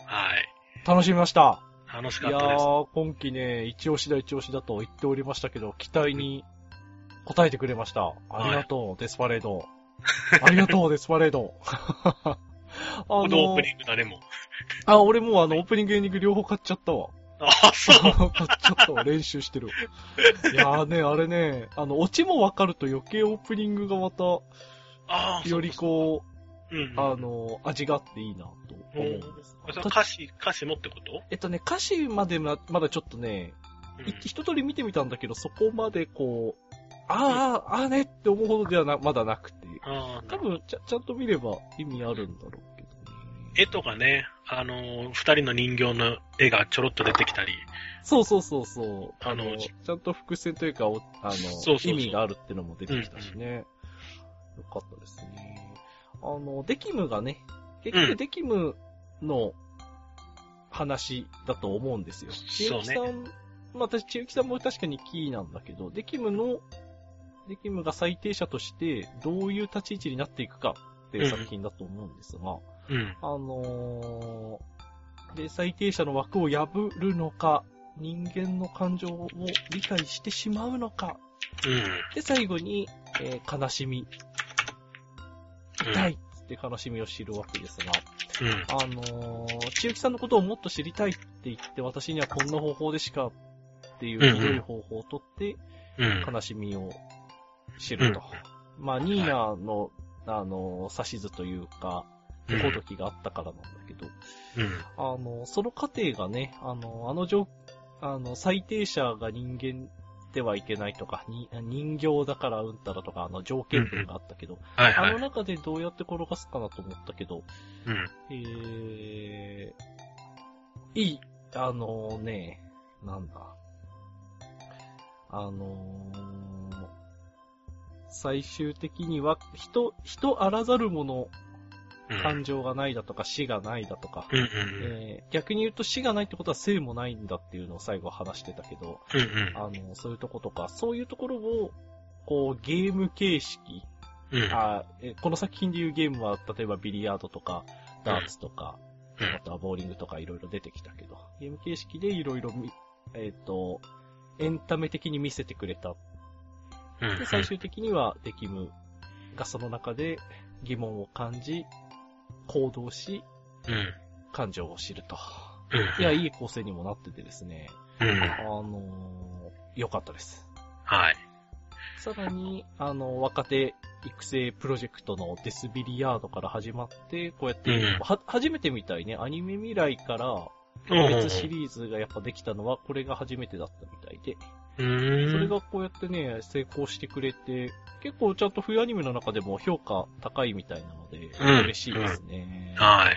B: はい。
A: 楽しみました。
B: 楽し
A: い
B: かっ
A: や
B: たです。
A: ー、今期ね、一押しだ一押しだと言っておりましたけど、期待に応えてくれました。ありがとう、デスパレード。ありがとう、デスパレー ド。あ
B: このオー
A: の
B: プ、ニングだね、もう。
A: あ、俺もうあの、オープニングエンディング両方買っちゃったわ。
B: あ あ、そう。
A: 買っちゃったわ、練習してるわ。いやーね、あれね、あの、オチもわかると余計オープニングがまた、
B: ああ、
A: よりこ
B: う。うん、
A: う、あの、味があっていいなと思うんです。
B: それ歌詞、歌詞もってこと
A: えっとね、歌詞までままだちょっとね、
B: うん
A: い一通り見てみたんだけど、そこまでこう、ああ、ああねって思うほどではな、まだなくて。
B: ああ
A: 多分ちゃ、ちゃんと見れば意味あるんだろうけどね。
B: 絵とかね、あのー、二人の人形の絵がちょろっと出てきたり、
A: そうそうそうそう。あ
B: あ
A: の、
B: の
A: ちゃんと伏線というか、おあの
B: そうそうそう
A: 意味があるってのも出てきたしね。よかったですね。あの、デキムがね、結
B: う
A: 局
B: ん
A: デキムの話だと思うんですよ。千
B: そう
A: 雪
B: ね
A: さん、まあ私、千雪さんも確かにキーなんだけど、デキムの、デキムが最低者として、どういう立ち位置になっていくかっていう作品だと思うんですが、
B: うん。
A: あのー、で、最低者の枠を破るのか、人間の感情を理解してしまうのか、
B: うん。
A: で、最後に、えー悲しみ、
B: うん
A: 痛いっつって悲しみを知るわけですが、
B: う
A: あ
B: ん。
A: のー、千雪さんのことをもっと知りたいって言って、私にはこんな方法でしかっていう
B: うんうん
A: ひどい方法をとって、
B: うん。
A: 悲しみを知ると。まあ、ニーナの、あのー、指図というか、
B: う
A: 手ほ
B: ん
A: どきがあったからなんだけど、
B: うん。
A: あの、その過程がね、あの、あの状、あの、最低者が人間ではいけないとか、に人形だからうんたらとか、あの、条件文があったけど、
B: はいは
A: あ
B: い
A: の。中でどうやって転がすかなと思ったけど、
B: うん。
A: えー、いい、あのね、なんだ、あのー最終的には、人、人あらざるもの、
B: うん。
A: 感情がないだとか、死がないだとか、
B: うんうん
A: えー逆に言うと死がないってことは生もないんだっていうのを最後話してたけど、
B: うん。うん
A: あの、そういうとことか、そういうところを、こう、ゲーム形式、
B: うん。うん。
A: あえーこの作品でいうゲームは、例えばビリヤードとか、ダーツとか、
B: うん
A: あとはボーリングとかいろいろ出てきたけど、ゲーム形式でいろいろみ、えっ、と、エンタメ的に見せてくれた。
B: うん
A: で、最終的には、デキムがその中で疑問を感じ、行動し、
B: うん。
A: 感情を知ると。
B: うん。
A: いや、いい構成にもなっててですね、
B: うん。
A: あのー、良かったです。
B: はい。
A: さらに、あの、若手育成プロジェクトのデスビリヤードから始まって、こうやって、
B: うん
A: は、初めてみたいね、アニメ未来から別シリーズがやっぱできたのは、これが初めてだったみたいで、
B: う
A: それ
B: ん。
A: がこうやってね、成功してくれて、結構ちゃんと冬アニメの中でも評価高いみたいなので、
B: うん
A: 嬉しいですね。
B: はい。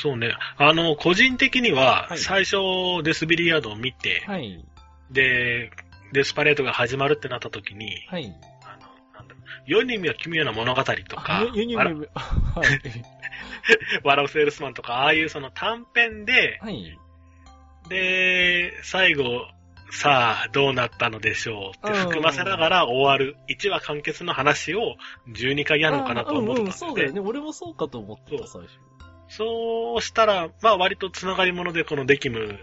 B: そうね。あの、個人的には
A: は、い
B: 最初、デスビリヤードを見て、
A: はい、
B: で、デスパレードが始まるってなった時に、
A: はい。
B: あの、なんだろう、世に見は奇妙な物語とか
A: あ、ユユニ
B: わら
A: ム、はい。
B: 笑うセールスマンとか、ああいうその短編で、
A: はい。
B: で、最後、さあ、どうなったのでしょうって含ませながら終わる、1話完結の話を12回やるのかなと思
A: あ
B: って
A: うんうん、
B: た
A: そ
B: ん
A: うだ
B: で
A: よ、ね。俺もそうかと思ってた、最初。
B: そうしたら、まあ割とつながりもので、このデキム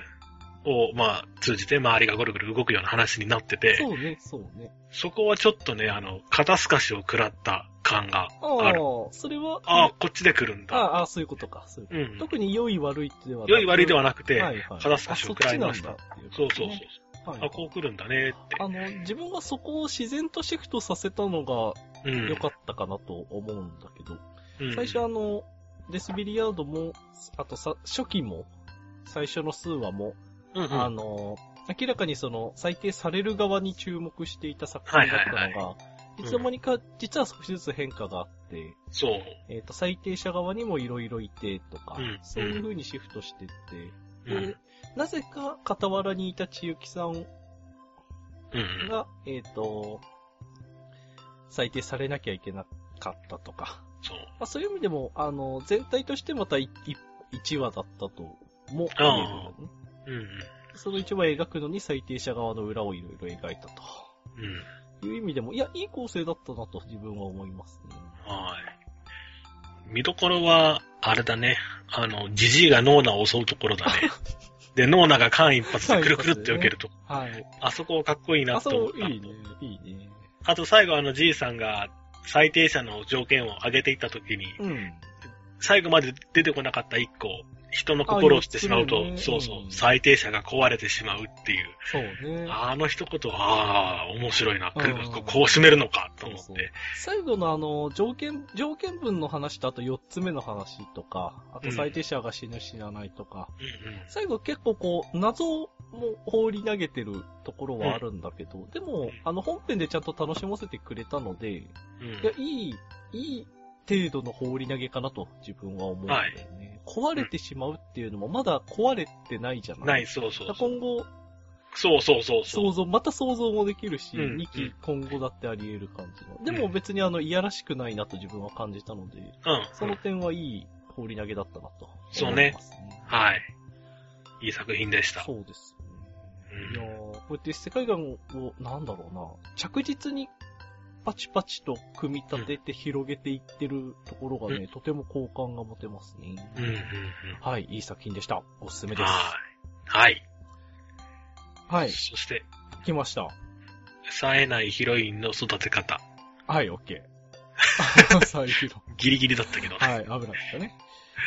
B: を、まあ通じて周りがゴルゴル動くような話になってて、
A: そうね、そうね。
B: そこはちょっとね、あの、肩透かしを食らった感が
A: あ
B: あ
A: あ
B: る。、
A: それは、
B: ああ
A: あ、
B: こっちで来るんだ。
A: あ、そういうことか。そういうこ
B: う
A: と
B: ん。
A: 特に良い悪いってではなく
B: 良い悪いではなくて、
A: はいはい、
B: 肩透かしを食らいました
A: あそっちなんだってい
B: そう
A: こと
B: そうそう。
A: ねはい
B: あ、こう来るんだねって。
A: あの、自分はそこを自然とシフトさせたのが
B: うん。
A: 良かったかなと思うんだけど、
B: うん
A: 最初あの、デスビリヤードも、あとさ、初期も、最初の数話も、
B: うんうん
A: あの、明らかにその、裁定される側に注目していた作品だったのが、
B: はいいは
A: つの間にか、実は少しずつ変化があって、
B: そう。
A: えっ、と、裁定者側にもいろいろいてとか、
B: うん
A: そういう風にシフトしてって、
B: うん。うん
A: でなぜか傍らにいた千雪さん
B: うん。
A: が、えっ、と、裁定されなきゃいけなかったとか、
B: そう。
A: まあ、そういう意味でも、あの、全体としてまたいい1話だったとも言えるのね。
B: うん。
A: その1話描くのに最低者側の裏をいろいろ描いた
B: うん。うん。
A: という意味でも、いや、いい構成だったなと自分は思いますね。
B: はい。見どころは、あれだね。あの、ジジイがノーナを襲うところだね。 で、ノーナが間一髪でくるくるって避けると。
A: はい。
B: あそこかっこいいな
A: あ、
B: と思
A: そ
B: っ
A: う、
B: た。
A: いいね。いいね。
B: あと最後あのじいさんが最低者の条件を上げていった時に、
A: うん。
B: 最後まで出てこなかった一個、人の心をしてしまう
A: あ
B: と、
A: 四つ目ね
B: そうそうう、
A: ん
B: 最低者が壊れてしまうっていう、
A: そうね。
B: あの一言は、ああ、面白いな、
A: うん
B: こうこう締めるのかと思っ
A: そうそう
B: て。
A: 最後のあの、条件、条件文の話とあと4つ目の話とか、あと最低者が死ぬ死なないとか、
B: うんうん
A: 最後結構こう、謎も放り投げてるところはあるんだけど、でも、あの本編でちゃんと楽しませてくれたので、い
B: うん
A: や、いい、いい程度の放り投げかなと自分は思うんだよね。壊れてしまうっていうのもまだ壊れてないじゃない
B: ない、そうそ
A: だか
B: う
A: ら
B: そ
A: 今
B: う。
A: 後、
B: そうそうそうそう。
A: 想像、また想像もできるし、
B: うん
A: 2期今後だってあり得る感じの。で
B: う
A: も
B: ん
A: 別にあの、いやらしくないなと自分は感じたので、
B: うん。
A: その点はいい放り投げだったなと
B: そう
A: 思い
B: ね
A: ますね。
B: はい。いい作品でした。
A: そうですね。い
B: うん
A: やーこうやって世界観を、なんだろうな、着実にパチパチと組み立てて広げていってるところがね、とても好感が持てますね。
B: うんうんうん。
A: はい、いい作品でした。おすすめです。
B: はい。はい。
A: はい、
B: そして、
A: 来ました。
B: 冴えないヒロインの育て方。
A: はい、オッ ケー。最後の。
B: ギリギリだったけどね。
A: はい、危なかったね。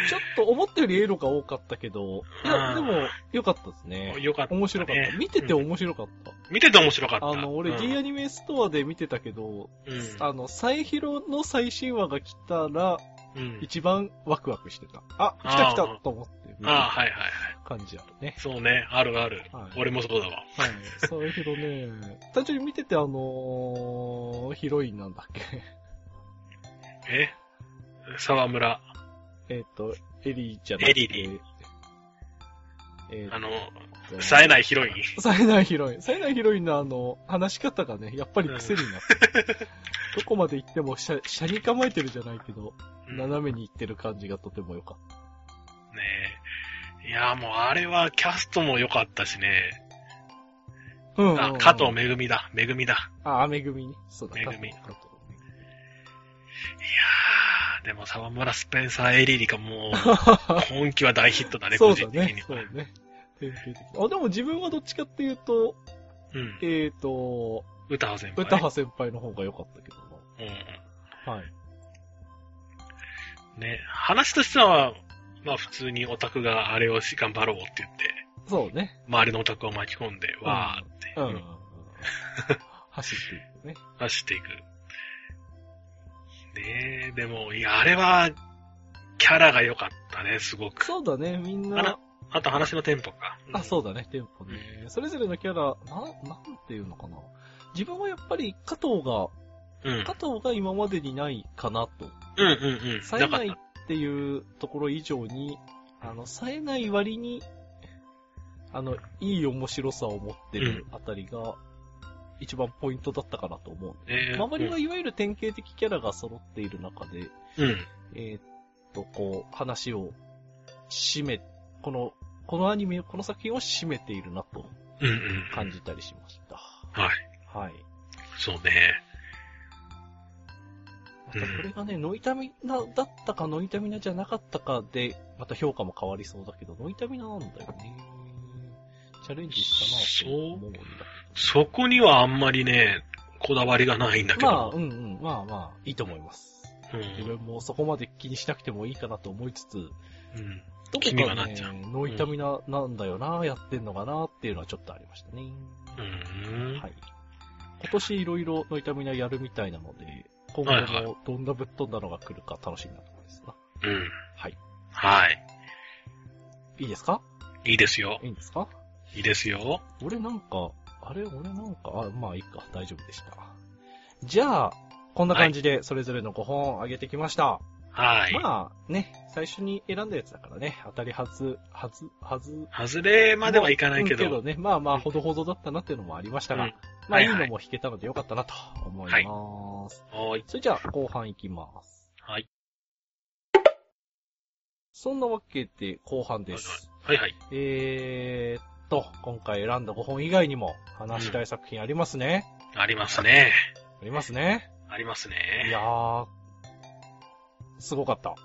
A: ちょっと思ったよりエロが多かったけど、いや、でも、良かったですね。
B: よかった、ね。
A: 面白かった。見てて
B: うん
A: 面白かった。
B: 見てて面白かった。
A: あの、俺
B: うん
A: D アニメストアで見てたけど、
B: うん
A: あの、サイヒロの最新話が来たら、
B: うん。
A: 一番ワクワクしてた。あ、来た来た
B: あー
A: と思って見て
B: ああ、
A: た
B: はいはいはい。
A: 感じあるね。
B: そうね、あるある。
A: はい。
B: 俺もそうだわ。
A: はい。サイヒロね、単純に見ててあのー、ヒロインなんだっけ。
B: え沢村。
A: えっと、エリーじゃなくて。
B: エリー
A: え
B: あの、
A: と
B: 冴えないヒロイン。
A: 冴えないヒロイン。冴えないヒロインのあの、話し方がね、やっぱり癖になってる どこまで行っても、車車に構えてるじゃないけど、
B: ね
A: 斜めに行ってる感じがとても良かっ
B: えいや、もうあれはキャストも良かったしね。
A: た。うんうんうん
B: あ、加藤めぐみだ、めぐみだ。
A: あ、めぐみね。そうだ、
B: めぐみ
A: 加藤加
B: いやー、でも沢村スペンサーエリリ かもう、今季は大ヒットだ
A: 藤
B: ね、
A: そ
B: 個
A: うだ
B: 人的に
A: ね。
B: は。
A: そうね。典型的あ、でも自分はどっちかっていうと、
B: うん。
A: えーと、
B: 歌は先輩。
A: 歌羽先輩の方が良かったけど
B: うん。
A: な。はい。
B: ね、話としては、まあ普通にオタクがあれをし頑張ろうって言って、
A: そうね。
B: 周りのオタクを巻き込んで、わーって、
A: うんうんう
B: う
A: んん。走っていくね。
B: 走っていく。ねえ、でも、いや、あれは、キャラが良かったね、すごく。
A: そうだね、みん
B: あら
A: な。
B: あと話のテンポか。。
A: あ、そううだね、テンポね。それぞれのキャラ、な、なんていうのかな。自分はやっぱり加藤が、
B: うん。うん
A: 加藤が今までにないかなと。
B: うんうん。
A: 冴え
B: なか
A: な
B: っ
A: いっていうところ以上に、あの、冴えない割に、あの、いい面白さを持ってるあたりが、一番ポイントだったかなと思う。
B: た。ねえ
A: 周りはいわゆる典型的キャラが揃っている中で、
B: うん。うん
A: えーっと、こう、話を締め、この、このアニメ、この作品を締めているなと
B: うんうん。
A: 感じたりしました。
B: はい。
A: はい。
B: そうね。
A: またこれがね、ノイタミナだったかノイタミナじゃなかったかで、また評価も変わりそうだけど、ノイタミナなんだよね。チャレンジしたなと思うんだ
B: そこにはあんまりね、こだわりがないんだ
A: け
B: け
A: ど。
B: ど。
A: まあ、うんうん、まあまあ、いいと思います。
B: うん
A: 自分もそこまで気にしなくてもいいかなと思いつつ、
B: うん。
A: ど
B: 気に
A: こ
B: は
A: か
B: なっ
A: ね
B: ちゃう、
A: ノイタミナなんだよな、やってんのかなっていうのはちょっとありましたね。
B: うん。
A: はい。今年いろいろノイタミナやるみたいなので、今
B: はいは
A: 後もどんなぶっ飛んだのが来るか楽しみなところですな。
B: うん。
A: はい。
B: はい。
A: いいですか
B: いいですよ。
A: いいんですか
B: いいですよ。
A: 俺なんか、あれ俺なんか、あ、まあいいか、大丈夫でした。じゃあ、こんな感じでそれぞれの5本あげてきました。
B: はい。
A: まあね、最初に選んだやつだからね、当たりはず、はず、はず。
B: 外れまではいかないけ
A: うん
B: ど。
A: ね、まあまあ、ほどほどだったなっていうのもありましたが、
B: うん
A: まあ
B: はい
A: い
B: はい
A: のも弾けたのでよかったなと思います。
B: はーい。
A: それじゃあ、後半いきます。
B: はい。
A: そんなわけで後半です。
B: はいはい。
A: えーっと、今回選んだ5本以外にも話したい作品ありますね。
B: ありますね。
A: ありますね。
B: あります
A: い
B: ね。
A: やー、すごかった。
B: も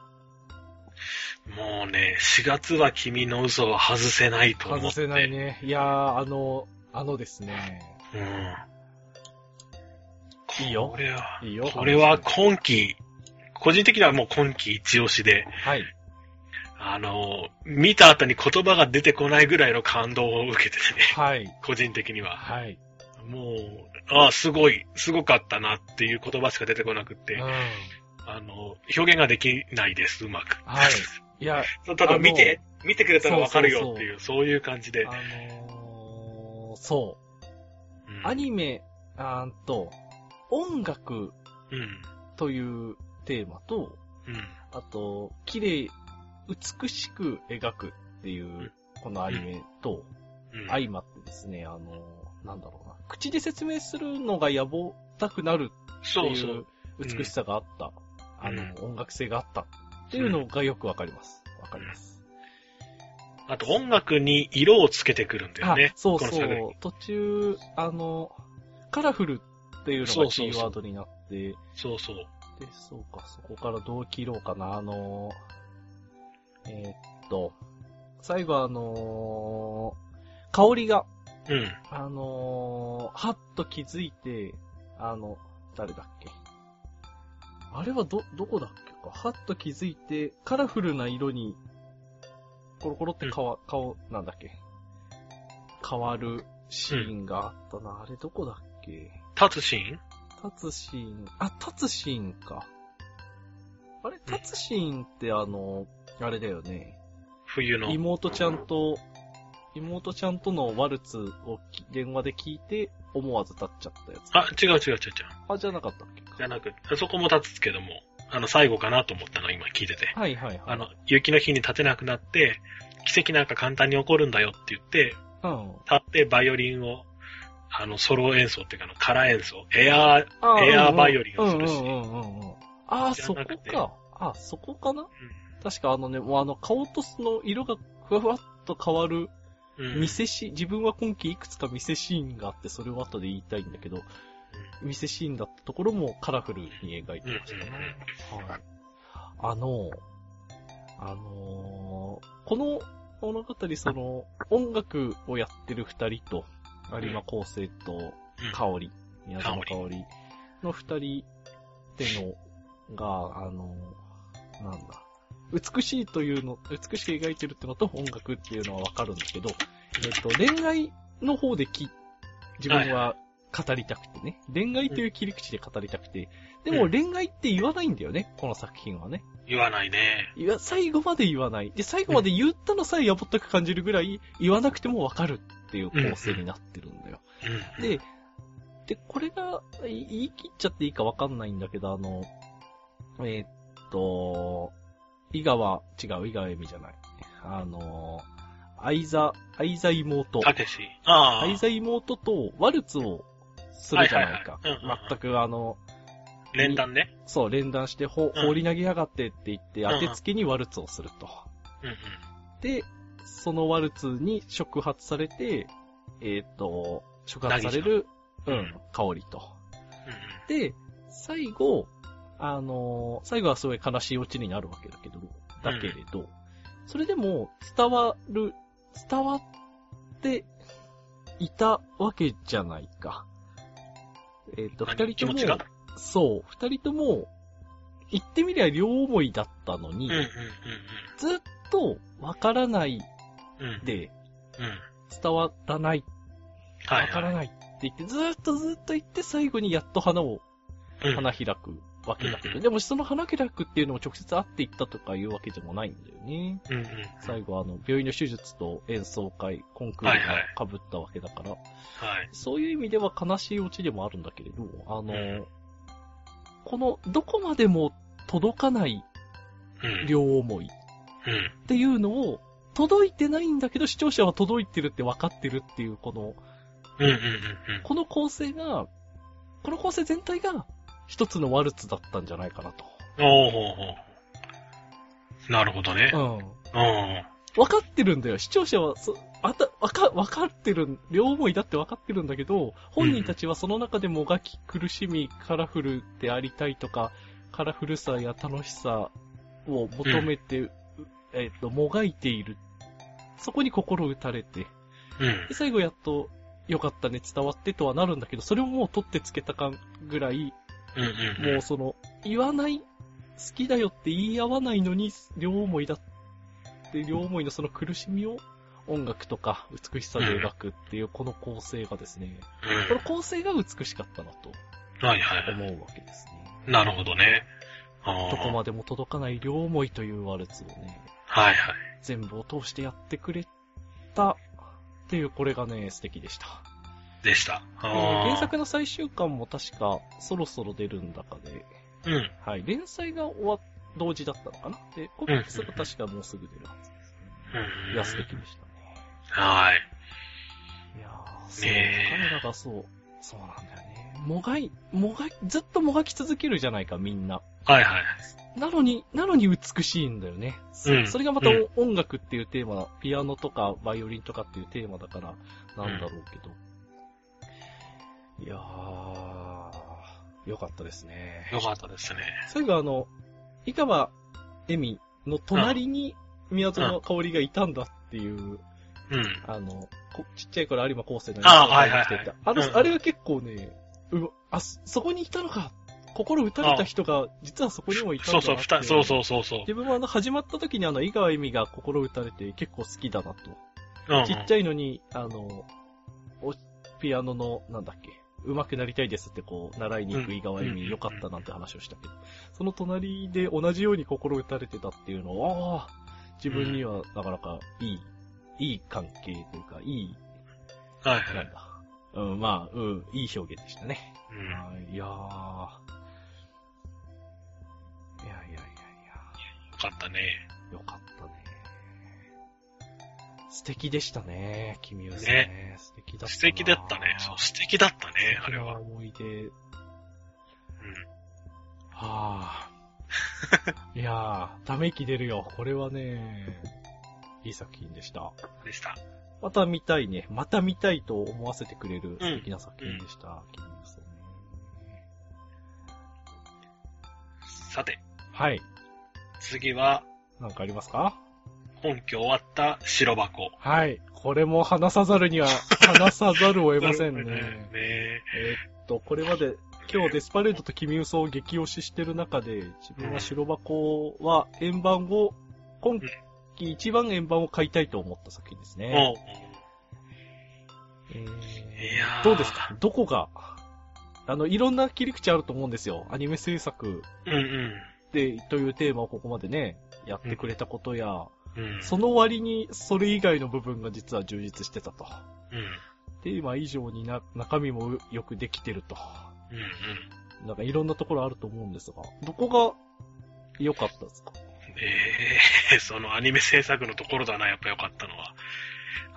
B: うね、4月は君の嘘は外せないと思って。
A: 外せないね。いやー、あの、あのですね。
B: うん。
A: いいよ
B: これは、
A: いいよ
B: これは今季、個人的にはもう今季一押しで、
A: はい。
B: あの、見た後に言葉が出てこないぐらいの感動を受けててね、
A: はい。
B: 個人的には。
A: はい。
B: もう、ああ、すごい、すごかったなっていう言葉しか出てこなく
A: う
B: て
A: ん。、
B: あの、表現ができないです、うまく。
A: はい。いや、
B: ただ見て、見てくれたらわかる
A: そうそう
B: よ
A: そう
B: っていう、そういう感じで。
A: あのー、そう。
B: うん
A: アニメ、あーんと、音楽
B: うん。
A: というテーマと、
B: うん。
A: あと、綺麗、美しく描くっていう、このアニメと、
B: うん。
A: 相まってですね、あの、なんだろうな。口で説明するのが野望たくなるって
B: そうそ
A: いうう。美しさがあった。あの、音楽性があったっていうのがよくわかります。わかります。
B: あと音楽に色をつけてくるんだよ
A: あ
B: ね。、
A: そう
B: この
A: そ
B: 作品
A: う。途中、あの、カラフルっていうのがキーワードになって、
B: そうそう。
A: で、そうか、そこからどう切ろうかな。あのー、えーっと、最後あのー香りが、
B: うん。
A: あのーはっと気づいて、あの、誰だっけ。あれはど、どこだっけか。はっと気づいて、カラフルな色に、コロコロって変わ、顔、なんだっけ。変わるシーンがあったな。あれどこだっけ。
B: 立つシーン
A: 立つシーン、あ、立つシーンか。あれ立つシーンってあの、あれだよね。
B: 冬の。
A: 妹ちゃんと、妹ちゃんとのワルツをき電話で聞いて、思わず立っちゃったやつ。
B: あ、違う違う違う違う。
A: あ、じゃなかったっけ
B: じ
A: か。
B: ゃなく、そこも立つけども、あの、最後かなと思ったの、今聞いてて。
A: はいはいはい。
B: あの、雪の日に立てなくなって、奇跡なんか簡単に起こるんだよって言って、
A: うん。
B: 立ってバイオリンを、あの、ソロ演奏っていうか、あの、空演奏。エアー、
A: あ
B: エアーバイオリンをするし
A: うんうんうんうん。ああ、
B: じゃ
A: そこ
B: なくて
A: か。あそこかな確かあのね、もうあの、顔とその色がふわふわっと変わる
B: うん。
A: 店シーン、自分は今季いくつか店シーンがあって、それを後で言いたいんだけど、店シーンだったところもカラフルに描いてましたね。はい。あの、あのーこの物語、その、音楽をやってる二人と、有馬昴生と
B: うん
A: 香織、宮沢
B: 香
A: 香織の二人ってのが、あのーなんだ、美しいというの、美しく描いてるってのと音楽っていうのはわかるんだけど、えっと、恋愛の方でき、自分は語りたくてね。恋愛という切り口で語りたくて。で
B: う
A: も
B: ん
A: 恋愛って言わないんだよね、この作品はね。
B: 言わないね。
A: いや、最後まで言わない。で、最後まで言ったのさえやぼったく感じるぐらい、言わなくてもわかるっていう構成になってるんだよ。
B: うん。
A: で、で、これが、い言い切っちゃっていいかわかんないんだけど、あの、えーっと、井川、違う、井川恵美じゃない。あの、相座、相座妹。
B: たけし。ああ。
A: 相座妹とワルツをするじゃないか
B: はいはいはいうんうんうん。
A: 全くあの、
B: 連弾ね。
A: そう、連弾してほ
B: うん
A: 放り投げやがってって言って、
B: うんうん
A: 当てつけにワルツをすると。
B: うんうん。
A: で、そのワルツに触発されて、えーっと、触発される、う
B: 渚
A: ん、香りと。
B: うん
A: で、最後、あのー最後はすごい悲しいオチになるわけだけど、だけれど、それでも伝わる、伝わっていたわけじゃないか。えっ、と、二
B: 何
A: 人と
B: 気持ち
A: も
B: が、
A: そう、二人とも、言ってみりゃ両思いだったのに、
B: うん。うんうん
A: ずっとわからない
B: うんうん。
A: で、
B: うん。
A: 伝わらない、
B: は
A: わ
B: い
A: から
B: はい。
A: ないって言って、ずーっとずっと言って最後にやっと花を
B: うん
A: 花開くわけだけ
B: うんう
A: ど、
B: ん
A: でもその花開くっていうのも直接会っていったとかいうわけでもないんだよね。
B: うんうん。
A: 最後あの、病院の手術と演奏会、コンクールが被ったわけだから、
B: はい。
A: そういう意味では悲しいオチでもあるんだけれど、あの、
B: うん
A: この、どこまでも届かない
B: うん。
A: 両思いっ
B: うん。
A: ていうのを、届いてないんだけど視聴者は届いてるって分かってるっていう、この、
B: うんうんうんうん。
A: この構成が、この構成全体が一つのワルツだったんじゃないかなと。
B: おーほーほー。なるほどね
A: う。ん。
B: うん。
A: 分かってるんだよ。視聴者は、そあた、わか、わかってるん、両思いだって分かってるんだけど、本人たちはその中でもがき苦しみ、カラフルでありたいとか、カラフルさや楽しさを求めて、えっと、もがいている。そこに心打たれて、
B: うん
A: で。最後やっと、よかったね、伝わってとはなるんだけど、それをもう取ってつけた感ぐらい、
B: うんうんうん。
A: もうその、言わない、好きだよって言い合わないのに、両思いだって、両思いのその苦しみを音楽とか美しさで描くっていうこの構成がですね、この構成が美しかったなと
B: うん。はいはいは
A: 思うわけですね。
B: い。なるほどね。あ
A: どこ
B: あ。
A: までも届かない両思いというワルツをね、
B: はいはい。
A: 全部を通してやってくれたっていうこれがね、素敵でした。
B: でした。
A: えー
B: ああ。
A: 原作の最終巻も確かそろそろ出るんだかで、
B: うん。
A: はい、連載が終わっ、同時だったのかなで、コミックスが確かもうすぐ出るはずです
B: う
A: ね。
B: ん。
A: いや、素敵でしたね。
B: はい。
A: いやー、そう、
B: ねえ
A: 彼らがそう、そうなんだよね。もがい、もがい、ずっともがき続けるじゃないか、みんな。
B: はいはい。
A: なのに、なのに美しいんだよね。そ
B: うん
A: それがまた
B: うん
A: 音楽っていうテーマ、ピアノとかバイオリンとかっていうテーマだからなんだろうけど。いやー、よかったですね。
B: よかったですね。
A: 最後あの、井川恵美の隣に宮園香織がいたんだっていう、
B: うん。
A: あの、こちっちゃい頃有馬高生の
B: あはいはいはい
A: てあ
B: うん
A: の、あれは結構ね、うわあ、そそこにいたのか、心打たれた人が、実はそこにもいたんだ
B: そうそう、
A: なっ
B: ふ
A: てい
B: た、そうそうそうそう。
A: 自分はあの、始まった時にあの、井川恵美が心打たれて結構好きだなと。
B: うんうん。
A: ちっちゃいのに、あの、おピアノの、なんだっけ、上手くなりたいですってこう、習いに行く井川由
B: うん
A: 美良かったなんて話をしたけど、その隣で同じように心打たれてたっていうのは、ああ自分にはなかなかいい、いい関係というか、いい、
B: はいは
A: ないん。だ。うん、まあ、うん、いい表現でしたね。
B: うん。
A: はいいやー。いやいやいやい
B: よかったね。
A: や、よかったね。素敵でしたね、君はね。素敵だったな。
B: 素敵だったね。そう、素敵だったね、あれは。うん。
A: 思い出。 はぁ。いやぁ、ため息出るよ。これはね、いい作品でした。
B: でした。
A: また見たいね。また見たいと思わせてくれる素敵な作品でした。キングスね
B: さて、
A: はい。
B: 次は、
A: なんかありますか
B: 本拠終わった白箱。
A: はい。これも話さざる には、話さざるを得ません
B: なる
A: ね
B: ほど。ね
A: えーっと、これまで、今日デスパレードと君嘘を激推ししてる中で、自分は白箱は円盤を、今季一番円盤を買いたいと思った作品ですね。
B: も
A: えー
B: いやー
A: どうですかどこが、あの、いろんな切り口あると思うんですよ。アニメ制作
B: う、うんうん。
A: で、というテーマをここまでね、やってくれたことや、
B: うん。
A: その割にそれ以外の部分が実は充実してたと。
B: うん。
A: テーマ以上にな、中身もよくできてると。
B: うんうん。
A: なんかいろんなところあると思うんですが、どこが良かったですか
B: えー、 そのアニメ制作のところだな、やっぱ良かったのは。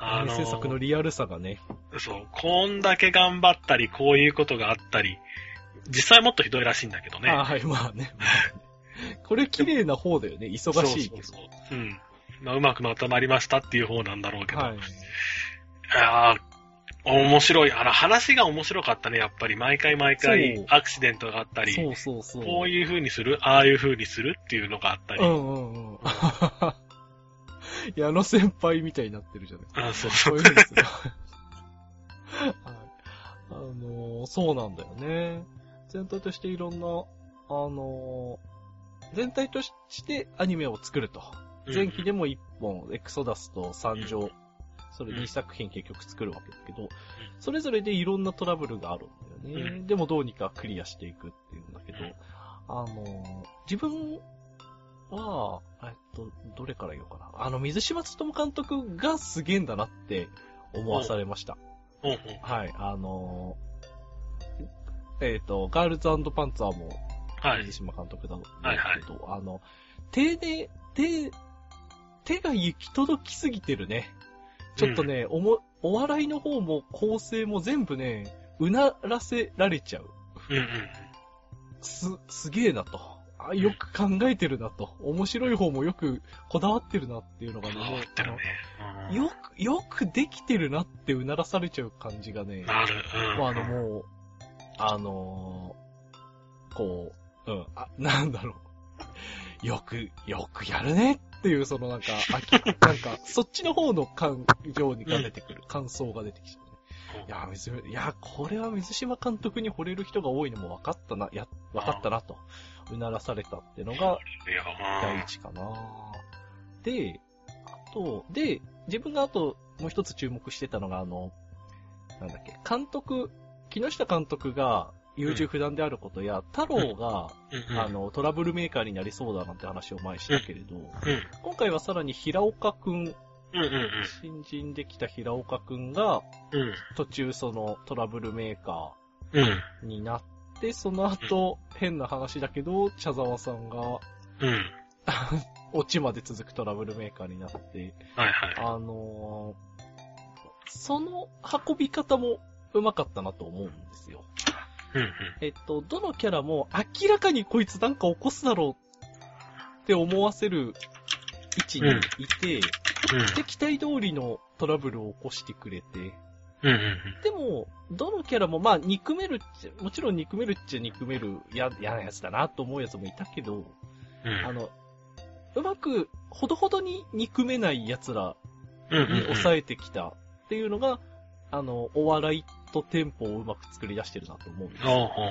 A: アニメ制作のリアルさがね。
B: そう、こんだけ頑張ったり、こういうことがあったり、実際もっとひどいらしいんだけどね。
A: ああ はい、まあね。これ綺麗な方だよね。忙しいけど。
B: そうそうそう。うん。まあ、うまくまとまりましたっていう方なんだろうけど。
A: はい。
B: ああ、面白い。あの、話が面白かったね、やっぱり。毎回毎
A: そ
B: 回
A: う、
B: アクシデントがあったり、
A: そうそうそう。
B: こういう風にする、ああいう風にするっていうのがあったり。
A: う
B: うん、
A: んうんうん。 矢野先輩みたいになってるじゃないですか。
B: そ
A: そ
B: うそ
A: い
B: う。
A: ううふうですよ。 はいあのーそうなんだよね。全体としていろんな、あのー全体としてアニメを作ると。前期でも1本、エクソダスと三条、それ2作品結局作るわけだけど、それぞれでいろんなトラブルがあるんだよね。
B: う
A: でもどうにかクリアしていくっていうんだけど
B: うん、
A: あの、自分は、えっと、どれから言おうかな。あの、水島つとも監督がすげえんだなって思わされました。
B: うんうん
A: はい、あの、えっと、ガールズパンツァーも
B: はい。
A: 水島監督だけど、
B: はいはい
A: あの、手で、手、手が行き届きすぎてるね。ちょっとね、おも、お笑いの方も構成も全部ね、うならせられちゃう。
B: うんうん。
A: す、すげえなと。あよく考えてるなと、面白い方もよくこだわってるなっていうのがね、
B: 思
A: もう
B: ってるね。
A: あ
B: う
A: の
B: ん
A: よく、よくできてるなってうならされちゃう感じがね、
B: なる。うん。
A: もうあのもう、あのーこう、うん、あ、なんだろう。よく、よくやるねっていう、そのなんか、あ きなんか、そっちの方の感情にが出てくる、感想が出てきちゃうね。いや、水、いや、これは水島監督に惚れる人が多いのも分かったな、や、分かったなと、うならされたってのが
B: いや、
A: 第一かな。で、あと、で、自分があともう一つ注目してたのが、あの、なんだっけ、監督、木下監督が優柔不断であることや、太郎が、
B: うん。うん。
A: あ、の、トラブルメーカーになりそうだなんて話を前にしたけれど、
B: うん。
A: 今回はさらに平岡くん、
B: うんうん
A: 新人できた平岡くんが、
B: うん。うん。
A: 途中そのトラブルメーカ
B: うん。
A: ーになって、その後、変な話だけど、茶沢さんが、
B: うん。
A: オチまで続くトラブルメーカーになって、
B: はいはい。
A: あのーその運び方もうまかったなと思うんですよ。
B: うんうん。
A: えっと、どのキャラも明らかにこいつなんか起こすだろうって思わせる位置にいて、で、期待通りのトラブルを起こしてくれて、
B: うん。うんうん
A: でも、どのキャラも、まあ、憎めるっちゃ、もちろん憎めるっちゃ憎める、や、嫌なやつだなと思うやつもいたけど、
B: うん。
A: あの、うまく、ほどほどに憎めない奴ら
B: うんうんう
A: に
B: ん
A: 抑えてきたっていうのが、あの、お笑いとテンポをうまく作り出してるなと思うんですよ
B: おうほうほう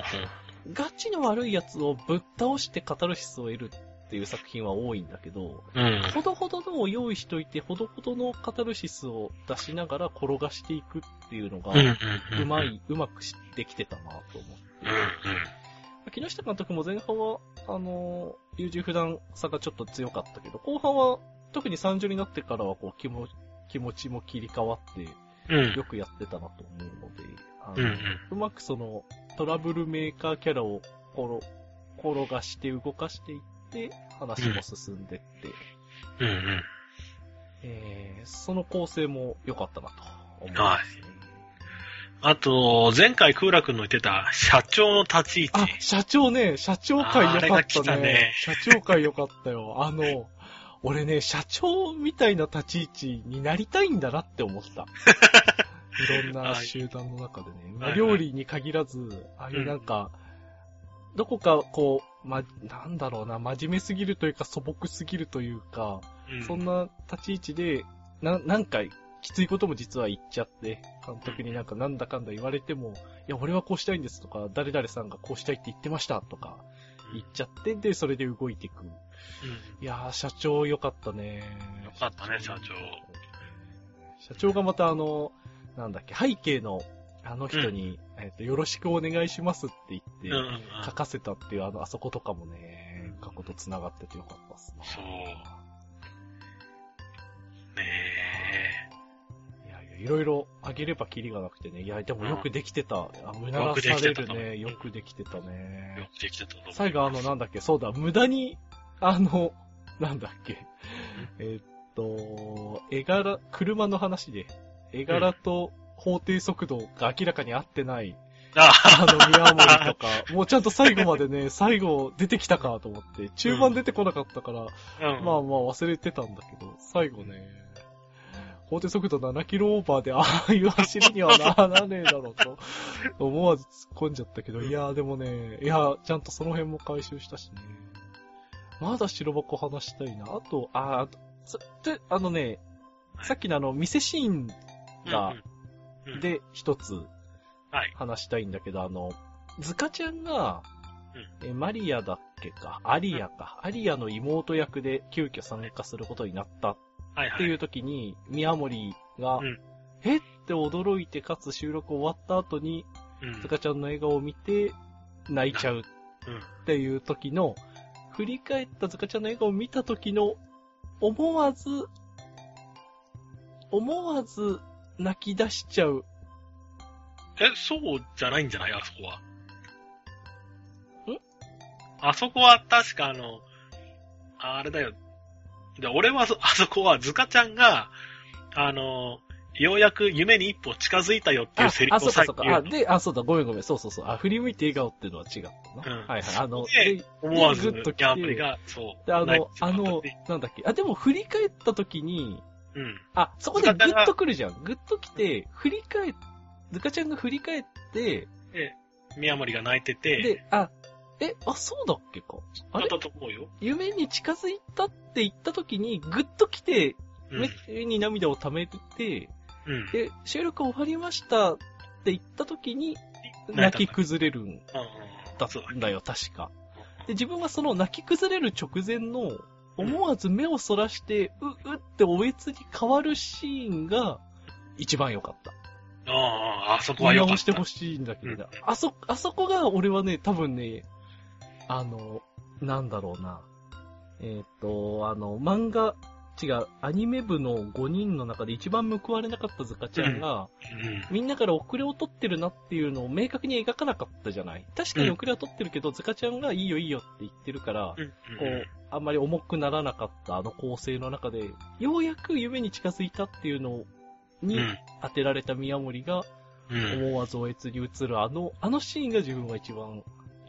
A: ガチの悪いやつをぶっ倒してカタルシスを得るっていう作品は多いんだけど、
B: うん。
A: ほどほどのを用意しといて、ほどほどのカタルシスを出しながら転がしていくっていうのが、
B: うんうんうん。
A: うま。い、うまくしできてたなと思
B: うんうん。
A: う。木下監督も前半は、あのー優柔不断さがちょっと強かったけど、後半は、特に30になってからは、こう、気も、気持ちも切り替わって、
B: うん。
A: よくやってたなと思うので、あの
B: うんうん。
A: うまくその、トラブルメーカーキャラを転、転がして動かしていって、話も進んでって、
B: うんうん。
A: えー、その構成も良かったなと思い
B: は
A: ま
B: い
A: すね、
B: あと、前回空楽の言ってた社長の立ち位置。
A: あ、社長ね、社長会良
B: あ
A: か
B: れが
A: っ
B: 来
A: た
B: た
A: ね。
B: ね
A: 社長会良か ったよ。あの、俺ね、社長みたいな立ち位置になりたいんだなって思 った。いろんな集団の中でね。まあ
B: はい
A: 料理に限らず、ああいうなんか、どこかこう、ま、なんだろうな、真面目すぎるというか素朴すぎるというか、
B: うん
A: そんな立ち位置で、な、なんか、きついことも実は言っちゃって、監督になんかなんだかんだ言われても、いや、俺はこうしたいんですとか、誰々さんがこうしたいって言ってましたとか、言っちゃって、で、それで動いていく。
B: うん
A: いやー、社長良かったね。
B: 良かったね社長。
A: 社長がまたあの、なんだっけ、背景のあの人に、えっと、よろしくお願いしますって言って、
B: うんうんうん。
A: 書かせたっていう、あの、あそことかもね、過去と繋がってて良かったっすね。
B: そう。ね
A: いやいや、いろいろあげればキリがなくてね。いや、でもよくできてた。あ無駄
B: よ
A: が
B: く
A: さ
B: できて
A: れ
B: たと
A: る
B: 思う
A: ね。よくできてた
B: え。よ
A: ね。
B: くできてたと思う。
A: 最後あの、なんだっけ、そうだ、無駄に、あの、なんだっけ。えっと、絵柄、車の話で、絵柄と法定速度が明らかに合ってない、
B: あ
A: あの、宮森 とか、もうちゃんと最後までね、最後出てきたかと思って、中盤出てこなかったから、
B: あ、うん
A: まあまあ忘れてたんだけど、最後ね、法定速度7キロオーバーでああいう走りにはならねえだろうと思わず突っ込んじゃったけど、いやーでもね、いやーちゃんとその辺も回収したしね。まだ白箱話したいな。あと、あーあと、そで、あのね、さっきのあの、店シーンが、
B: うんうん、
A: で一つ
B: はい
A: 話したいんだけど、あの、ズカちゃんが、えマリアだっけか、アリアか、アリアの妹役で急遽参加することになったっ
B: はいは
A: てい
B: い。
A: う時に、宮森が、
B: うん
A: えって驚いて、かつ収録終わった後に、
B: うん
A: ズカちゃんの笑顔を見て、泣いちゃう
B: うん
A: っていう時の、振り返ったズカちゃんの笑顔を見た時の、思わず、思わず泣き出しちゃう。
B: え、そうじゃないんじゃないあそこは。
A: ん
B: あそこは確かあの、ああれだよ。で俺はそ、あそこは、ズカちゃんが、あの、ようやく夢に一歩近づいたよっていう
A: あ、
B: セリ
A: あ、
B: フ
A: そうか
B: をさ
A: そう
B: っ
A: か
B: き。言
A: あ、
B: うの
A: で、あ、そうだ、ごめんごめん。そうそうそう。あ、振り向いて笑顔っていうのは違ったな。
B: うん
A: はいはい。あの、
B: で
A: で
B: 思わず、
A: グッと来て
B: ギャンブリが、そう。
A: であ
B: ナイ
A: の、
B: ツだ
A: あ
B: った
A: の
B: ね、
A: なんだっけ。あ、でも振り返った時に、
B: うん。
A: あ、そこでグッと来るじゃん。グッと来て、振り返、ルカちゃんが振り返って、
B: 宮森が泣いてて、
A: で、あ、え、あ、そうだっけか。あ
B: だ
A: れ
B: ったと思うよ。
A: 夢に近づいたって言った時に、グッと来て、
B: うん。
A: 目に涙を溜めてて、
B: うん。
A: で、収録終わりましたって言った時に、
B: 泣いたんだ
A: 泣き崩れるん
B: うんうん
A: だっ
B: そう
A: たんだよ、確か。で、自分はその泣き崩れる直前の、思わず目をそらして、う、うっておえつに変わるシーンが、一番良かった。
B: ああ、あそこは
A: 見
B: 良か
A: 直
B: っ
A: して
B: た。
A: ほしいんだけどな、
B: うん
A: あそ、あそこが俺はね、多分ね、あの、なんだろうな。えーっ、と、あの、漫画、違う、アニメ部の5人の中で一番報われなかったズカちゃんが、
B: うん。
A: みんなから遅れを取ってるなっていうのを明確に描かなかったじゃない確かに遅れは取ってるけど、ズカちゃんがいいよいいよって言ってるから、
B: うん
A: こう、あんまり重くならなかったあの構成の中で、ようやく夢に近づいたっていうの
B: うん
A: に当てられた宮森が、
B: うん。うん。
A: 思わずおえつに映るあの、あのシーンが自分は一番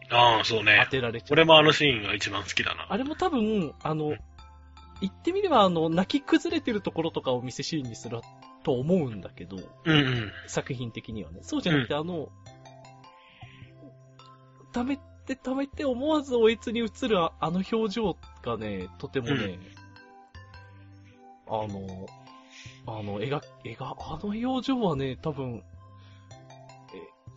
B: ああ、そうね
A: 当。てられちゃう。
B: 俺もあのシーンが一番好きだな。
A: あれも多分、あ
B: う
A: の
B: ん、
A: 言ってみればあの、泣き崩れてるところとかを見せシーンにすると思うんだけど、
B: うんうん。
A: 作品的にはね。そうじゃなくて、あの、溜めて溜めて思わずおえつに映るああの表情がね、とてもね、あの、あの、絵が、絵が、あの表情はね、多分、え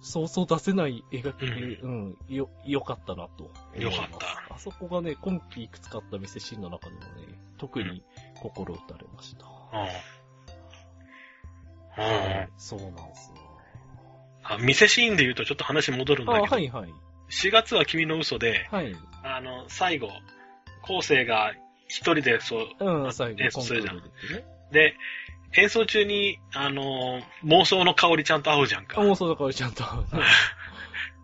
A: そうそう出せない描きで、うん、よ、良かったなと思います。
B: 良かっ
A: あそこがね、今季いくつかあった店シーンの中でもね、特に心打たれました。
B: ああ。あ
A: そうなんですよ。
B: あ。あ、店シーンで言うとちょっと話戻るんだ
A: あ、
B: けど、
A: はいはい。
B: 4月は君の嘘で、
A: はい。
B: あの、最後、後世が一人で、そう、
A: うん、最後
B: ね、
A: コンクールでってね。
B: で、演奏中に、あの、妄想の香りちゃんと合うじゃんか
A: あ、。もうそうだからちゃんと。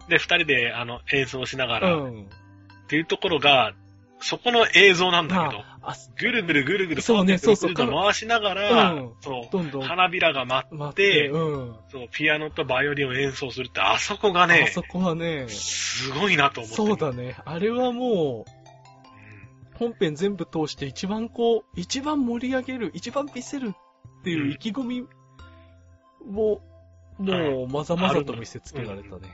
B: で、二人で、あの、演奏しなが
A: う
B: ら、っ
A: ん。
B: ていうところが、そこの映像なんだけど、
A: あ、す
B: ぐるぐるぐるぐる、
A: そうね
B: ぐるぐ
A: そうそう
B: るぐるぐると回しながら、
A: うん
B: そ
A: どんど
B: う、
A: ん
B: 花びらが舞
A: 待っ、
B: ってて、
A: うん。
B: そう、ピアノとバイオリンを演奏するって、あそこが
A: あ
B: ね、
A: そこはね、
B: すごいなと思って。
A: そうだね。あれはも
B: うん。
A: う、本編全部通して一番こう、一番盛り上げる、一番見せるっていう意気込みを、もう、まざまざと見せつけられたね。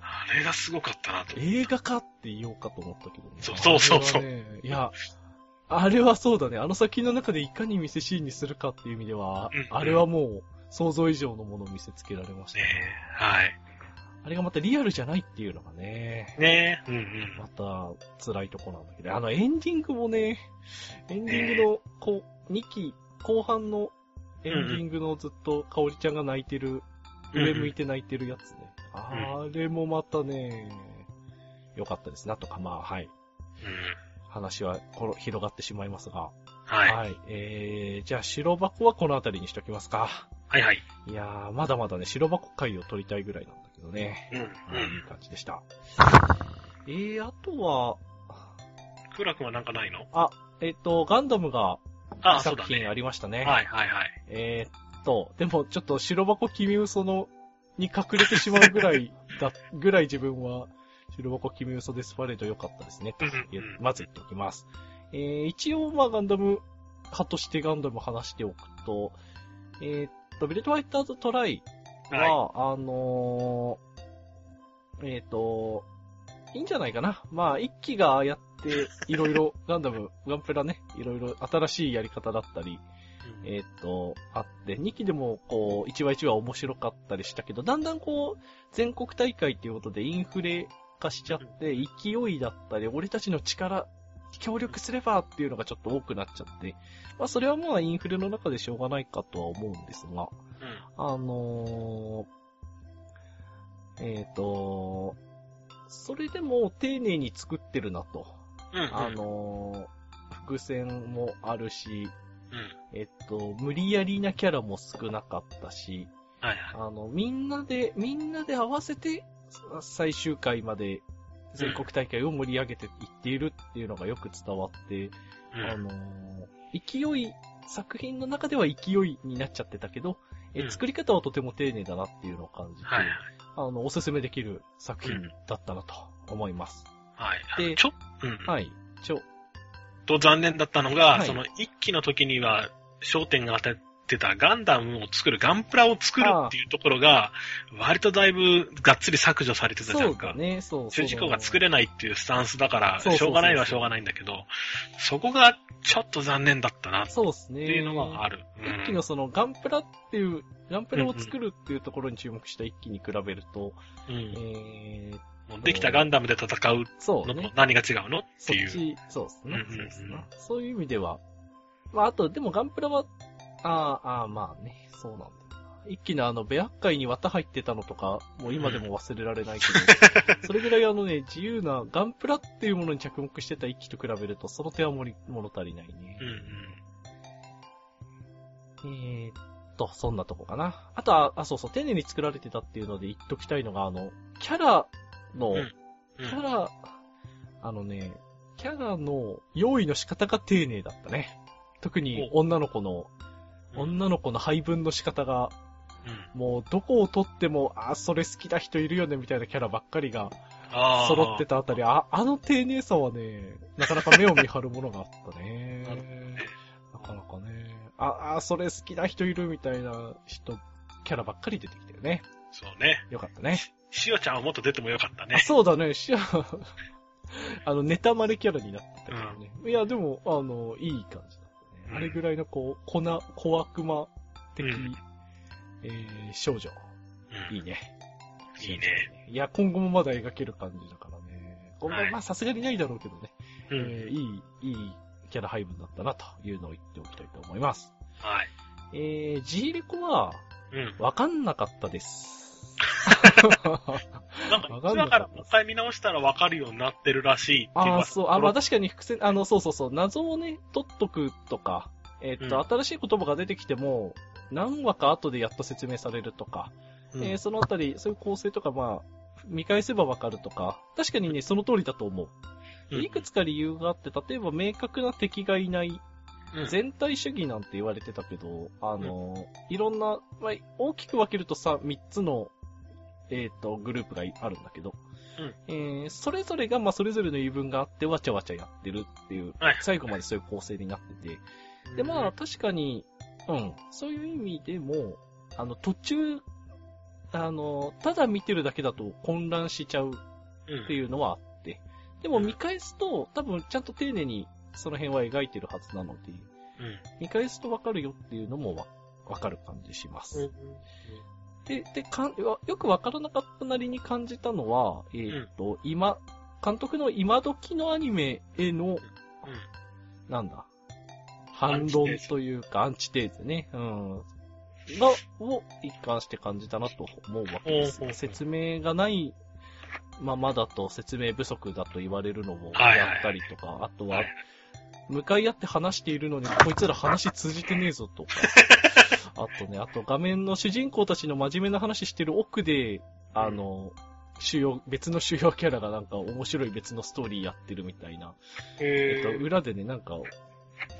B: あれがすごかったなと。
A: 映画化って言おうかと思ったけどね。
B: そうそうそうそう
A: あれはねいや、あれはそうだね。あの作品の中でいかに見せシーンにするかっていう意味では
B: うんうん、
A: あれはもう想像以上のものを見せつけられました
B: ね
A: ね。
B: はい。
A: あれがまたリアルじゃないっていうのがね、
B: ねうんうん。
A: また辛いとこなんだけど、あのエンディングもね、エンディングの、こう、2期後半のエンディングのずっと香織ちゃんが泣いてる、上向いて泣いてるやつね。あれもまたね、良かったですなとか、まあはい。
B: うん。
A: 話はこの広がってしまいますが。
B: はい。はい
A: えー、じゃあ白箱はこの辺りにしときますか。
B: はいはい。
A: いやー、まだまだね、白箱回を取りたいぐらいなんだけどね。
B: うんう
A: はい、いい
B: ん。
A: 感じでした。えー、あとは、
B: クラ君はなんかないの
A: えっ、と、ガンダムが
B: あ、そう
A: 作
B: だ
A: 品
B: ね。
A: ありましたね。
B: はいはいはい。
A: えー、っと、でもちょっと白箱君嘘のに隠れてしまうぐらい だ、ぐらい自分は白箱君嘘デスパレード良かったですね。と
B: うんうんうん
A: まず言っておきます。えー、一応まあガンダム派としてガンダム話しておくと、えー、っと、ビルトファイターズトライ
B: は
A: は、あのー、えー、っと、いいんじゃないかな。まあ、一期がああやって、いろいろ、ガンダム、ガンプラね、いろいろ新しいやり方だったり、
B: い。
A: えーっ、と、あって、2期でも、こう、1話1話面白かったりしたけど、だんだんこう、全国大会っていうことでインフレ化しちゃって、勢いだったり、俺たちの力、協力すればっていうのがちょっと多くなっちゃって、まあそれはまあインフレの中でしょうがないかとは思うんですが、
B: うん
A: あのー、えーっ、と、それでも丁寧に作ってるなと。
B: うんうん。
A: あのー、伏線もあるし、
B: うん。
A: えっと、無理やりなキャラも少なかったし、
B: はいはい。
A: あの、みんなで、みんなで合わせて、さ最終回まで全国大会を盛り上げていっているっていうのがよく伝わって、
B: うん
A: あのー勢い、作品の中では勢いになっちゃってたけど、え
B: うん
A: 作り方はとても丁寧だなっていうのを感じて、
B: はいはい。
A: あの、おすすめできる作
B: う
A: 品
B: ん
A: だったなと思います。
B: はい。あの
A: で
B: ちょっうん
A: はい。ちょ、
B: と残念だったのが、
A: はい
B: その一期の時には焦点が当たってたガンダムを作る、ガンプラを作るっていうところが、割とだいぶがっつり削除されてたじゃ
A: そ
B: ん
A: う
B: か。
A: だね、そう
B: 主人公が作れないっていうスタンスだから、
A: そうそう
B: し
A: そうそう
B: ょうがないはしょうがないんだけど、そこがちょっと残念だったなっ
A: そうですね。
B: ていうのがある。うん
A: 一気のそのガンプラっていう、ガンプラを作るっていうところに注目した一気に比べると、
B: うん
A: えー、
B: もうできたガンダムで戦う
A: そう
B: のと
A: ね。
B: 何が違うのっ
A: そ
B: て
A: っ
B: いう。
A: ち、そうですね。そう
B: うんうんうん
A: ですね。そういう意味では、まああと、でもガンプラは、あーあー、まあね、そうなんだよな。一気のあの、ベアッカイに綿入ってたのとか、もう今でも忘れられないけど、 それぐらいあのね、自由なガンプラっていうものに着目してた一気と比べると、その手はもり物足りないね。
B: うんうん
A: えーっと、そんなとこかな。あとは、あ、そうそう、丁寧に作られてたっていうので言っときたいのが、あの、キャラの、
B: うん
A: キ
B: うん
A: ャラ、あのね、キャラの用意の仕方が丁寧だったね。特に女の子の、
B: うん
A: 女の子の配分の仕方が、もうどこを取っても、あ、それ好きな人いるよねみたいなキャラばっかりが
B: あー
A: 揃ってたあたり、あ、あの丁寧さはね、なかなか目を見張るものがあったね。
B: なる
A: なかなかね、あ、あ、それ好きな人いるみたいな人、キャラばっかり出てきたよね。
B: そうね。
A: よかったね。
B: しおちゃんはもっと出てもよかったね
A: あ。そうだね、 シア、あの、ネタまれキャラになってたけどね。いや、でも、あの、いい感じだったね。
B: うん
A: あれぐらいの、こう、粉、小悪魔的、
B: うん
A: えー少女。
B: うん
A: いいね。
B: いいね。
A: いや、今後もまだ描ける感じだからね。今後
B: は、い
A: まあ、さすがにないだろうけどね。
B: う
A: えー
B: ん。
A: いい、いいキャラ配分だったな、というのを言っておきたいと思います。
B: はい。
A: えー、ジーレコは、
B: うん。
A: わかんなかった です。わ
B: なんか、
A: かんなか
B: だか
A: った
B: らもう一回見直したらわかるようになってるらしいっていう
A: ああ、そう。あ、まあ
B: だ。
A: 確かに伏線、あの、そうそうそう、謎をね、取っとくとか、えーっと、
B: うん
A: 新しい言葉が出てきても、何話か後でやっと説明されるとか、
B: うん
A: えーそのあたり、そういう構成とか、まあ、見返せばわかるとか、確かにね、その通りだと思う。
B: うん
A: いくつか理由があって、例えば明確な敵がいない、
B: うん
A: 全体主義なんて言われてたけど、あの、いろんな、まあ、大きく分けるとさ、3つの、えっ、と、グループがいあるんだけど、
B: う
A: え
B: ん
A: ーそれぞれが、まあ、それぞれの言い分があって、わちゃわちゃやってるっていう、
B: はい
A: 最後までそういう構成になってて、で、まあ、確かに、うん、そういう意味でも、あの、途中、あの、ただ見てるだけだと混乱しちゃう
B: うん、
A: っていうのはあって、でも見返すと、多分ちゃんと丁寧にその辺は描いてるはずなので、
B: うん。
A: 見返すとわかるよっていうのもわわかる感じします。で、でかんよよくわからなかったなりに感じたのは、えーっ、と、今、監督の今時のアニメへの、
B: うん
A: なんだ、
B: ア
A: 反
B: ンチテーゼ
A: 論というか、アンチテーゼね。うん。が、を一貫して感じたなと思うわけです
B: ほうほうほ。う
A: 説明がないままだと説明不足だと言われるのも
B: はいはい
A: あったりとか、あと
B: は、
A: はい向かい合って話しているのに、こいつら話通じてねえぞ とか。あとね、あと画面の主人公たちの真面目な話してる奥で、あの、主要、別の主要キャラがなんか面白い別のストーリーやってるみたいな。えっと、裏でね、なんか、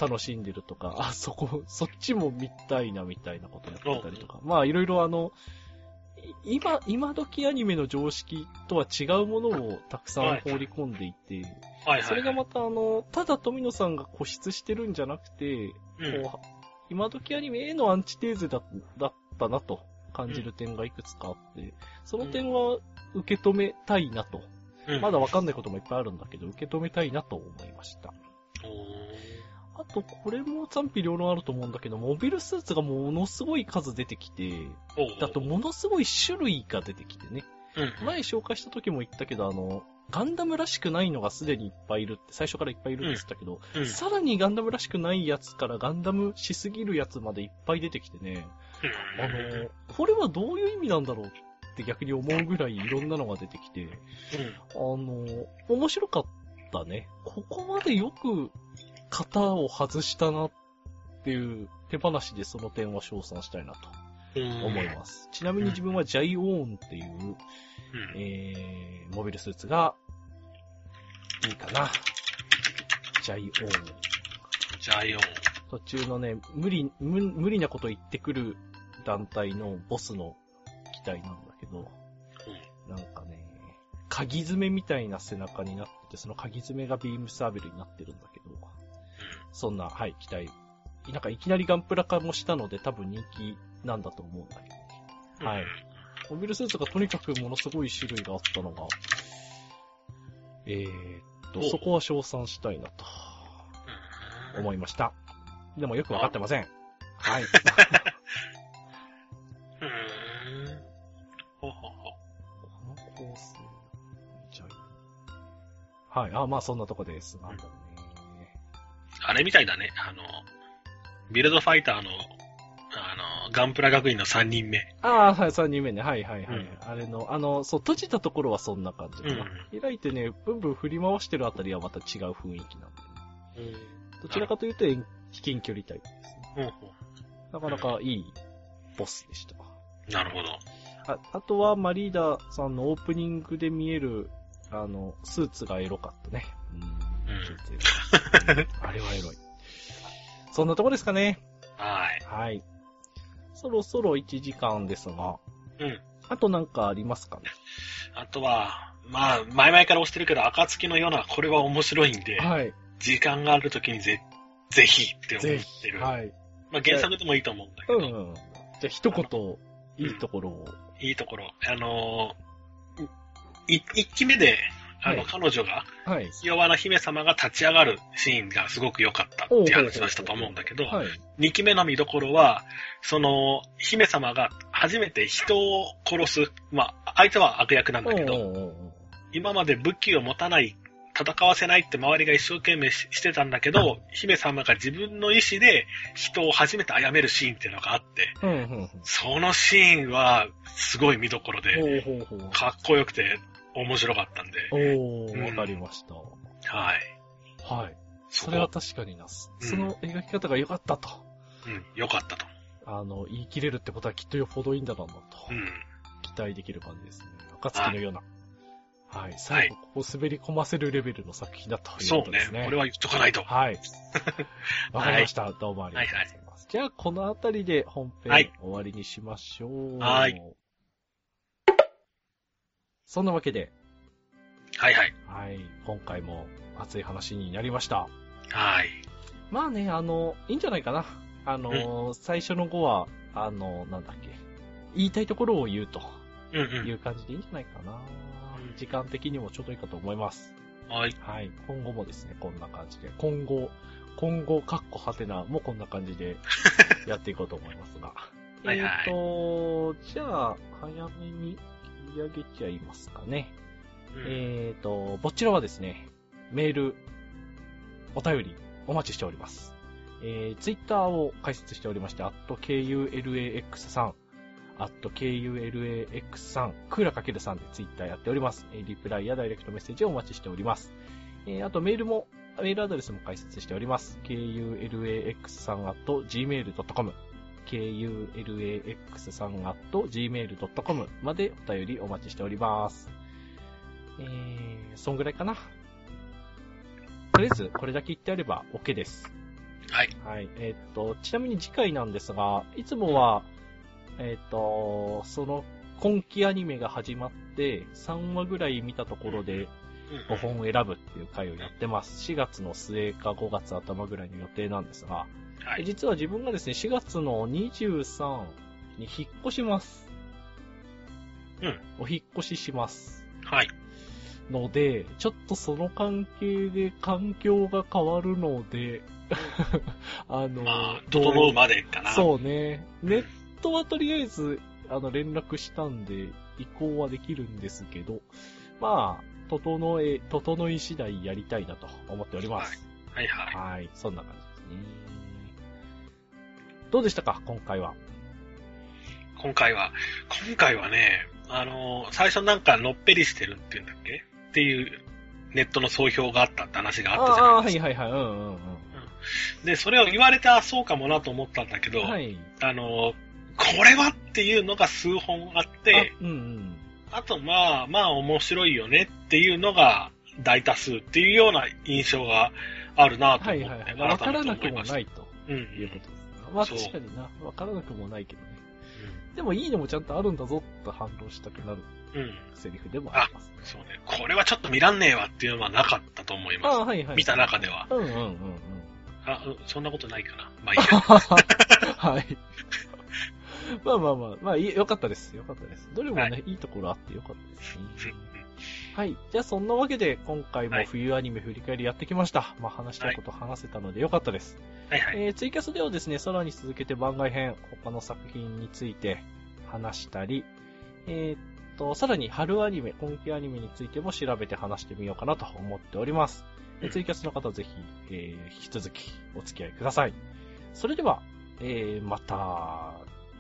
A: 楽しんでるとか、あ、そこ、そっちも見たいな、みたいなことやってたりとか。まあ、いろいろあの、い今、今時アニメの常識とは違うものをたくさん放り込んでいて、
B: はいはいはい
A: それがまたあの、ただ富野さんが固執してるんじゃなくて、
B: うん
A: こう今時アニメへのアンチテーゼだだったなと感じる点がいくつかあって、その点は受け止めたいなと。
B: うん
A: まだわかんないこともいっぱいあるんだけど、受け止めたいなと思いました。
B: おー
A: あと、これも賛否両論あると思うんだけど、モビルスーツがものすごい数出てきて、
B: おー
A: だとものすごい種類が出てきてね。
B: うん
A: 前紹介した時も言ったけど、あの、ガンダムらしくないのがすでにいっぱいいるって、最初からいっぱいいるって言ってたけど、
B: うん
A: さらにガンダムらしくないやつからガンダムしすぎるやつまでいっぱい出てきてね、あ
B: うん
A: の、これはどういう意味なんだろうって逆に思うぐらいいろんなのが出てきて、あの、面白かったね。ここまでよく型を外したなっていう手放しでその点は称賛したいな
B: うん
A: と思います。ちなみに自分はジャイオーンっていう、
B: うん
A: えー、モビルスーツが、いいかな。ジャイオーン。
B: ジャイオン。
A: 途中のね、無理、無無理なこと言ってくる団体のボスの機体なんだけど、なんかね、鍵爪みたいな背中になってて、その鍵爪がビームサーベルになってるんだけど、そんな、はい、機体。なんかいきなりガンプラ化もしたので多分人気なんだと思うんだけど。
B: うん
A: はいモビルスーツがとにかくものすごい種類があったのが、えー、っと、
B: お
A: そこは称賛したいなと
B: うん
A: 思いました。でもよくわかってません。はい。
B: うーん。ほほほ。
A: この構成、じゃあはい。あ、まあそんなとこです。なんだろうね。
B: あれみたいだね。あの、ビルドファイターの、あの、ガンプラ学院の3人目。
A: ああ、はい、3人目ね。はいはいはい。
B: うん
A: あれの、あの、そう、閉じたところはそんな感じかな。開いてね、ブンブン振り回してるあたりはまた違う雰囲気なんで、ね、どちらかというと遠至近距離タイプですね。
B: ほうほ
A: なかなかいいボスでした。
B: うなるほど。
A: ああとは、マリーダさんのオープニングで見える、あの、スーツがエロかったね。うん。聞いてるあれはエロい。そんなとこですかね。
B: はい。
A: はい。そろそろ1時間ですが、
B: うん。
A: あとなんかありますかね
B: あとは、まあ、前々から押してるけど、暁のような、これは面白いんで、
A: はい。
B: 時間があるときにぜ、ぜひって思ってる。
A: はい。
B: まあ、原作でもいいと思うんだけ
A: う
B: ど、
A: ん。じゃあ、一言、いいところを。
B: いいところ。あのー、い一期目で、あの、
A: はい
B: 彼女が、
A: はい。
B: 清和の姫様が立ち上がるシーンがすごく良かったっていう話はしたと思うんだけど、
A: はい。
B: 二期目の見どころは、その、姫様が初めて人を殺す。まあ、相手は悪役なんだけど、
A: うんうんうん
B: 今まで武器を持たない、戦わせないって周りが一生懸命ししてたんだけど、姫様が自分の意志で人を初めて殺めるシーンっていうのがあって、
A: うんうんうん。
B: そのシーンはすごい見どころで、
A: ほうほうほう。
B: かっこよくて面白かったんで、
A: お
B: うん
A: ー、わかりました。
B: はい。
A: はい。
B: そ
A: そ
B: こ
A: れは確かにな。そ
B: うん
A: の描き方が良かったと。
B: うん、良かったと。
A: あの、言い切れるってことはきっとよほどいいんだろうなと。
B: うん。
A: 期待できる感じですね。暁のような。はい。最後、ここを滑り込ませるレベルの作品だという
B: そ
A: こと
B: う
A: で
B: ね
A: す。ね。
B: これは言っとかないと。は
A: はい。わかりました。どうもありがとうございます。じゃあ、このあたりで本編
B: はい
A: 終わりにしましょう。
B: はい。
A: そんなわけで、
B: いはい。
A: はい。今回も熱い話になりました。
B: はい。
A: まあね、あの、いいんじゃないかな。あの、最初の5は、あの、なんだっけ。言いたいところを言うと
B: うん
A: いうう感じでいいんじゃないかな
B: うん。
A: 時間的にもちょうどいいかと思います。
B: ん。はい。
A: はい。今後もですね、こんな感じで。今後、今後、かっこはてなもこんな感じ でやっていこうと思いますが。
B: はいはい
A: えっ、と、じゃあ、早めに切り上げちゃいますかね。
B: うん
A: えっ、と、こちらはですね、メール、お便り、お待ちしております。えー、ツイッターを開設しておりまして、アット KULAX さん、アット KULAX さん、クーラかけるさんでツイッターやっております。えーリプライやダイレクトメッセージをお待ちしております。えー、あとメールも、メールアドレスも開設しております。KULAX さん、アット Gmail.com、KULAX さん、アット Gmail.com までお便りお待ちしております。えー、そんぐらいかな。とりあえず、これだけ言ってあれば OK です。
B: はい。
A: はい。えーっと、ちなみに次回なんですが、いつもは、えーっと、その、今期アニメが始まって、3話ぐらい見たところで
B: うん
A: 5本選ぶっていう回をやってます。4月の末か5月頭ぐらいの予定なんですが、
B: はい
A: 実は自分がですね、4月の23に引っ越します。
B: うん。
A: お引っ越しします。
B: はい。
A: ので、ちょっとその関係で環境が変わるので、 あの、
B: まあ、整うまでかな。
A: そうね。
B: うん。
A: ネットはとりあえず、あの、連絡したんで、移行はできるんですけど、まあ、整え、整い次第やりたいなと思っております。
B: はいはい。
A: はい、そんな感じですね。どうでしたか今回は。
B: 今回は、今回はね、あのー、最初なんかのっぺりしてるっていうんだっけっていうネットの総評があったって話があったじゃ
A: ああ
B: ない
A: ー、は
B: です
A: い
B: か。
A: はいはい、うんうんうん。
B: で、それを言われたらそうかもなと思ったんだけど、
A: はい。
B: あのー、これはっていうのが数本あって、
A: あうんうん。
B: あとまあまあ面白いよねっていうのが大多数っていうような印象があるなと思
A: は
B: っ
A: い
B: て、
A: はいはい。
B: 改め
A: わ
B: て
A: からなく
B: 思い
A: も
B: ました
A: ないと。
B: うんう
A: いうこ
B: ん
A: とですね。まあ
B: そう
A: 確かにな、わからなくもないけどね。でもいいのもちゃんとあるんだぞって反応したくなる
B: うん。
A: セリフでもあります。
B: そうね。これはちょっと見らんねえわっていうのはなかったと思い
A: あ
B: ま
A: はいは
B: す。
A: い。
B: 見た。中では。
A: うんうんうんうん。
B: あ、うんそんなことないかな。まあいいや。
A: はい。 まあまあまあ、まあいい、よかったです。よかったです。どれもね、、
B: はい
A: いところあってよかったですね。
B: うん
A: はい。じゃあそんなわけで、今回
B: は
A: も
B: い
A: 冬アニメ振り返りやってきました。まあ話したいこと話せたのでよかったです。
B: はいはい。
A: えーツイキャスではですね、さらに続けて番外編、他の作品について話したり、えーっと、さらに春アニメ、今季アニメについても調べて話してみようかなと思っております。えー
B: うん
A: ツイキャスの方ぜひ、えー引き続きお付き合いください。それでは、えーまた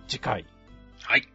A: 次回
B: はい。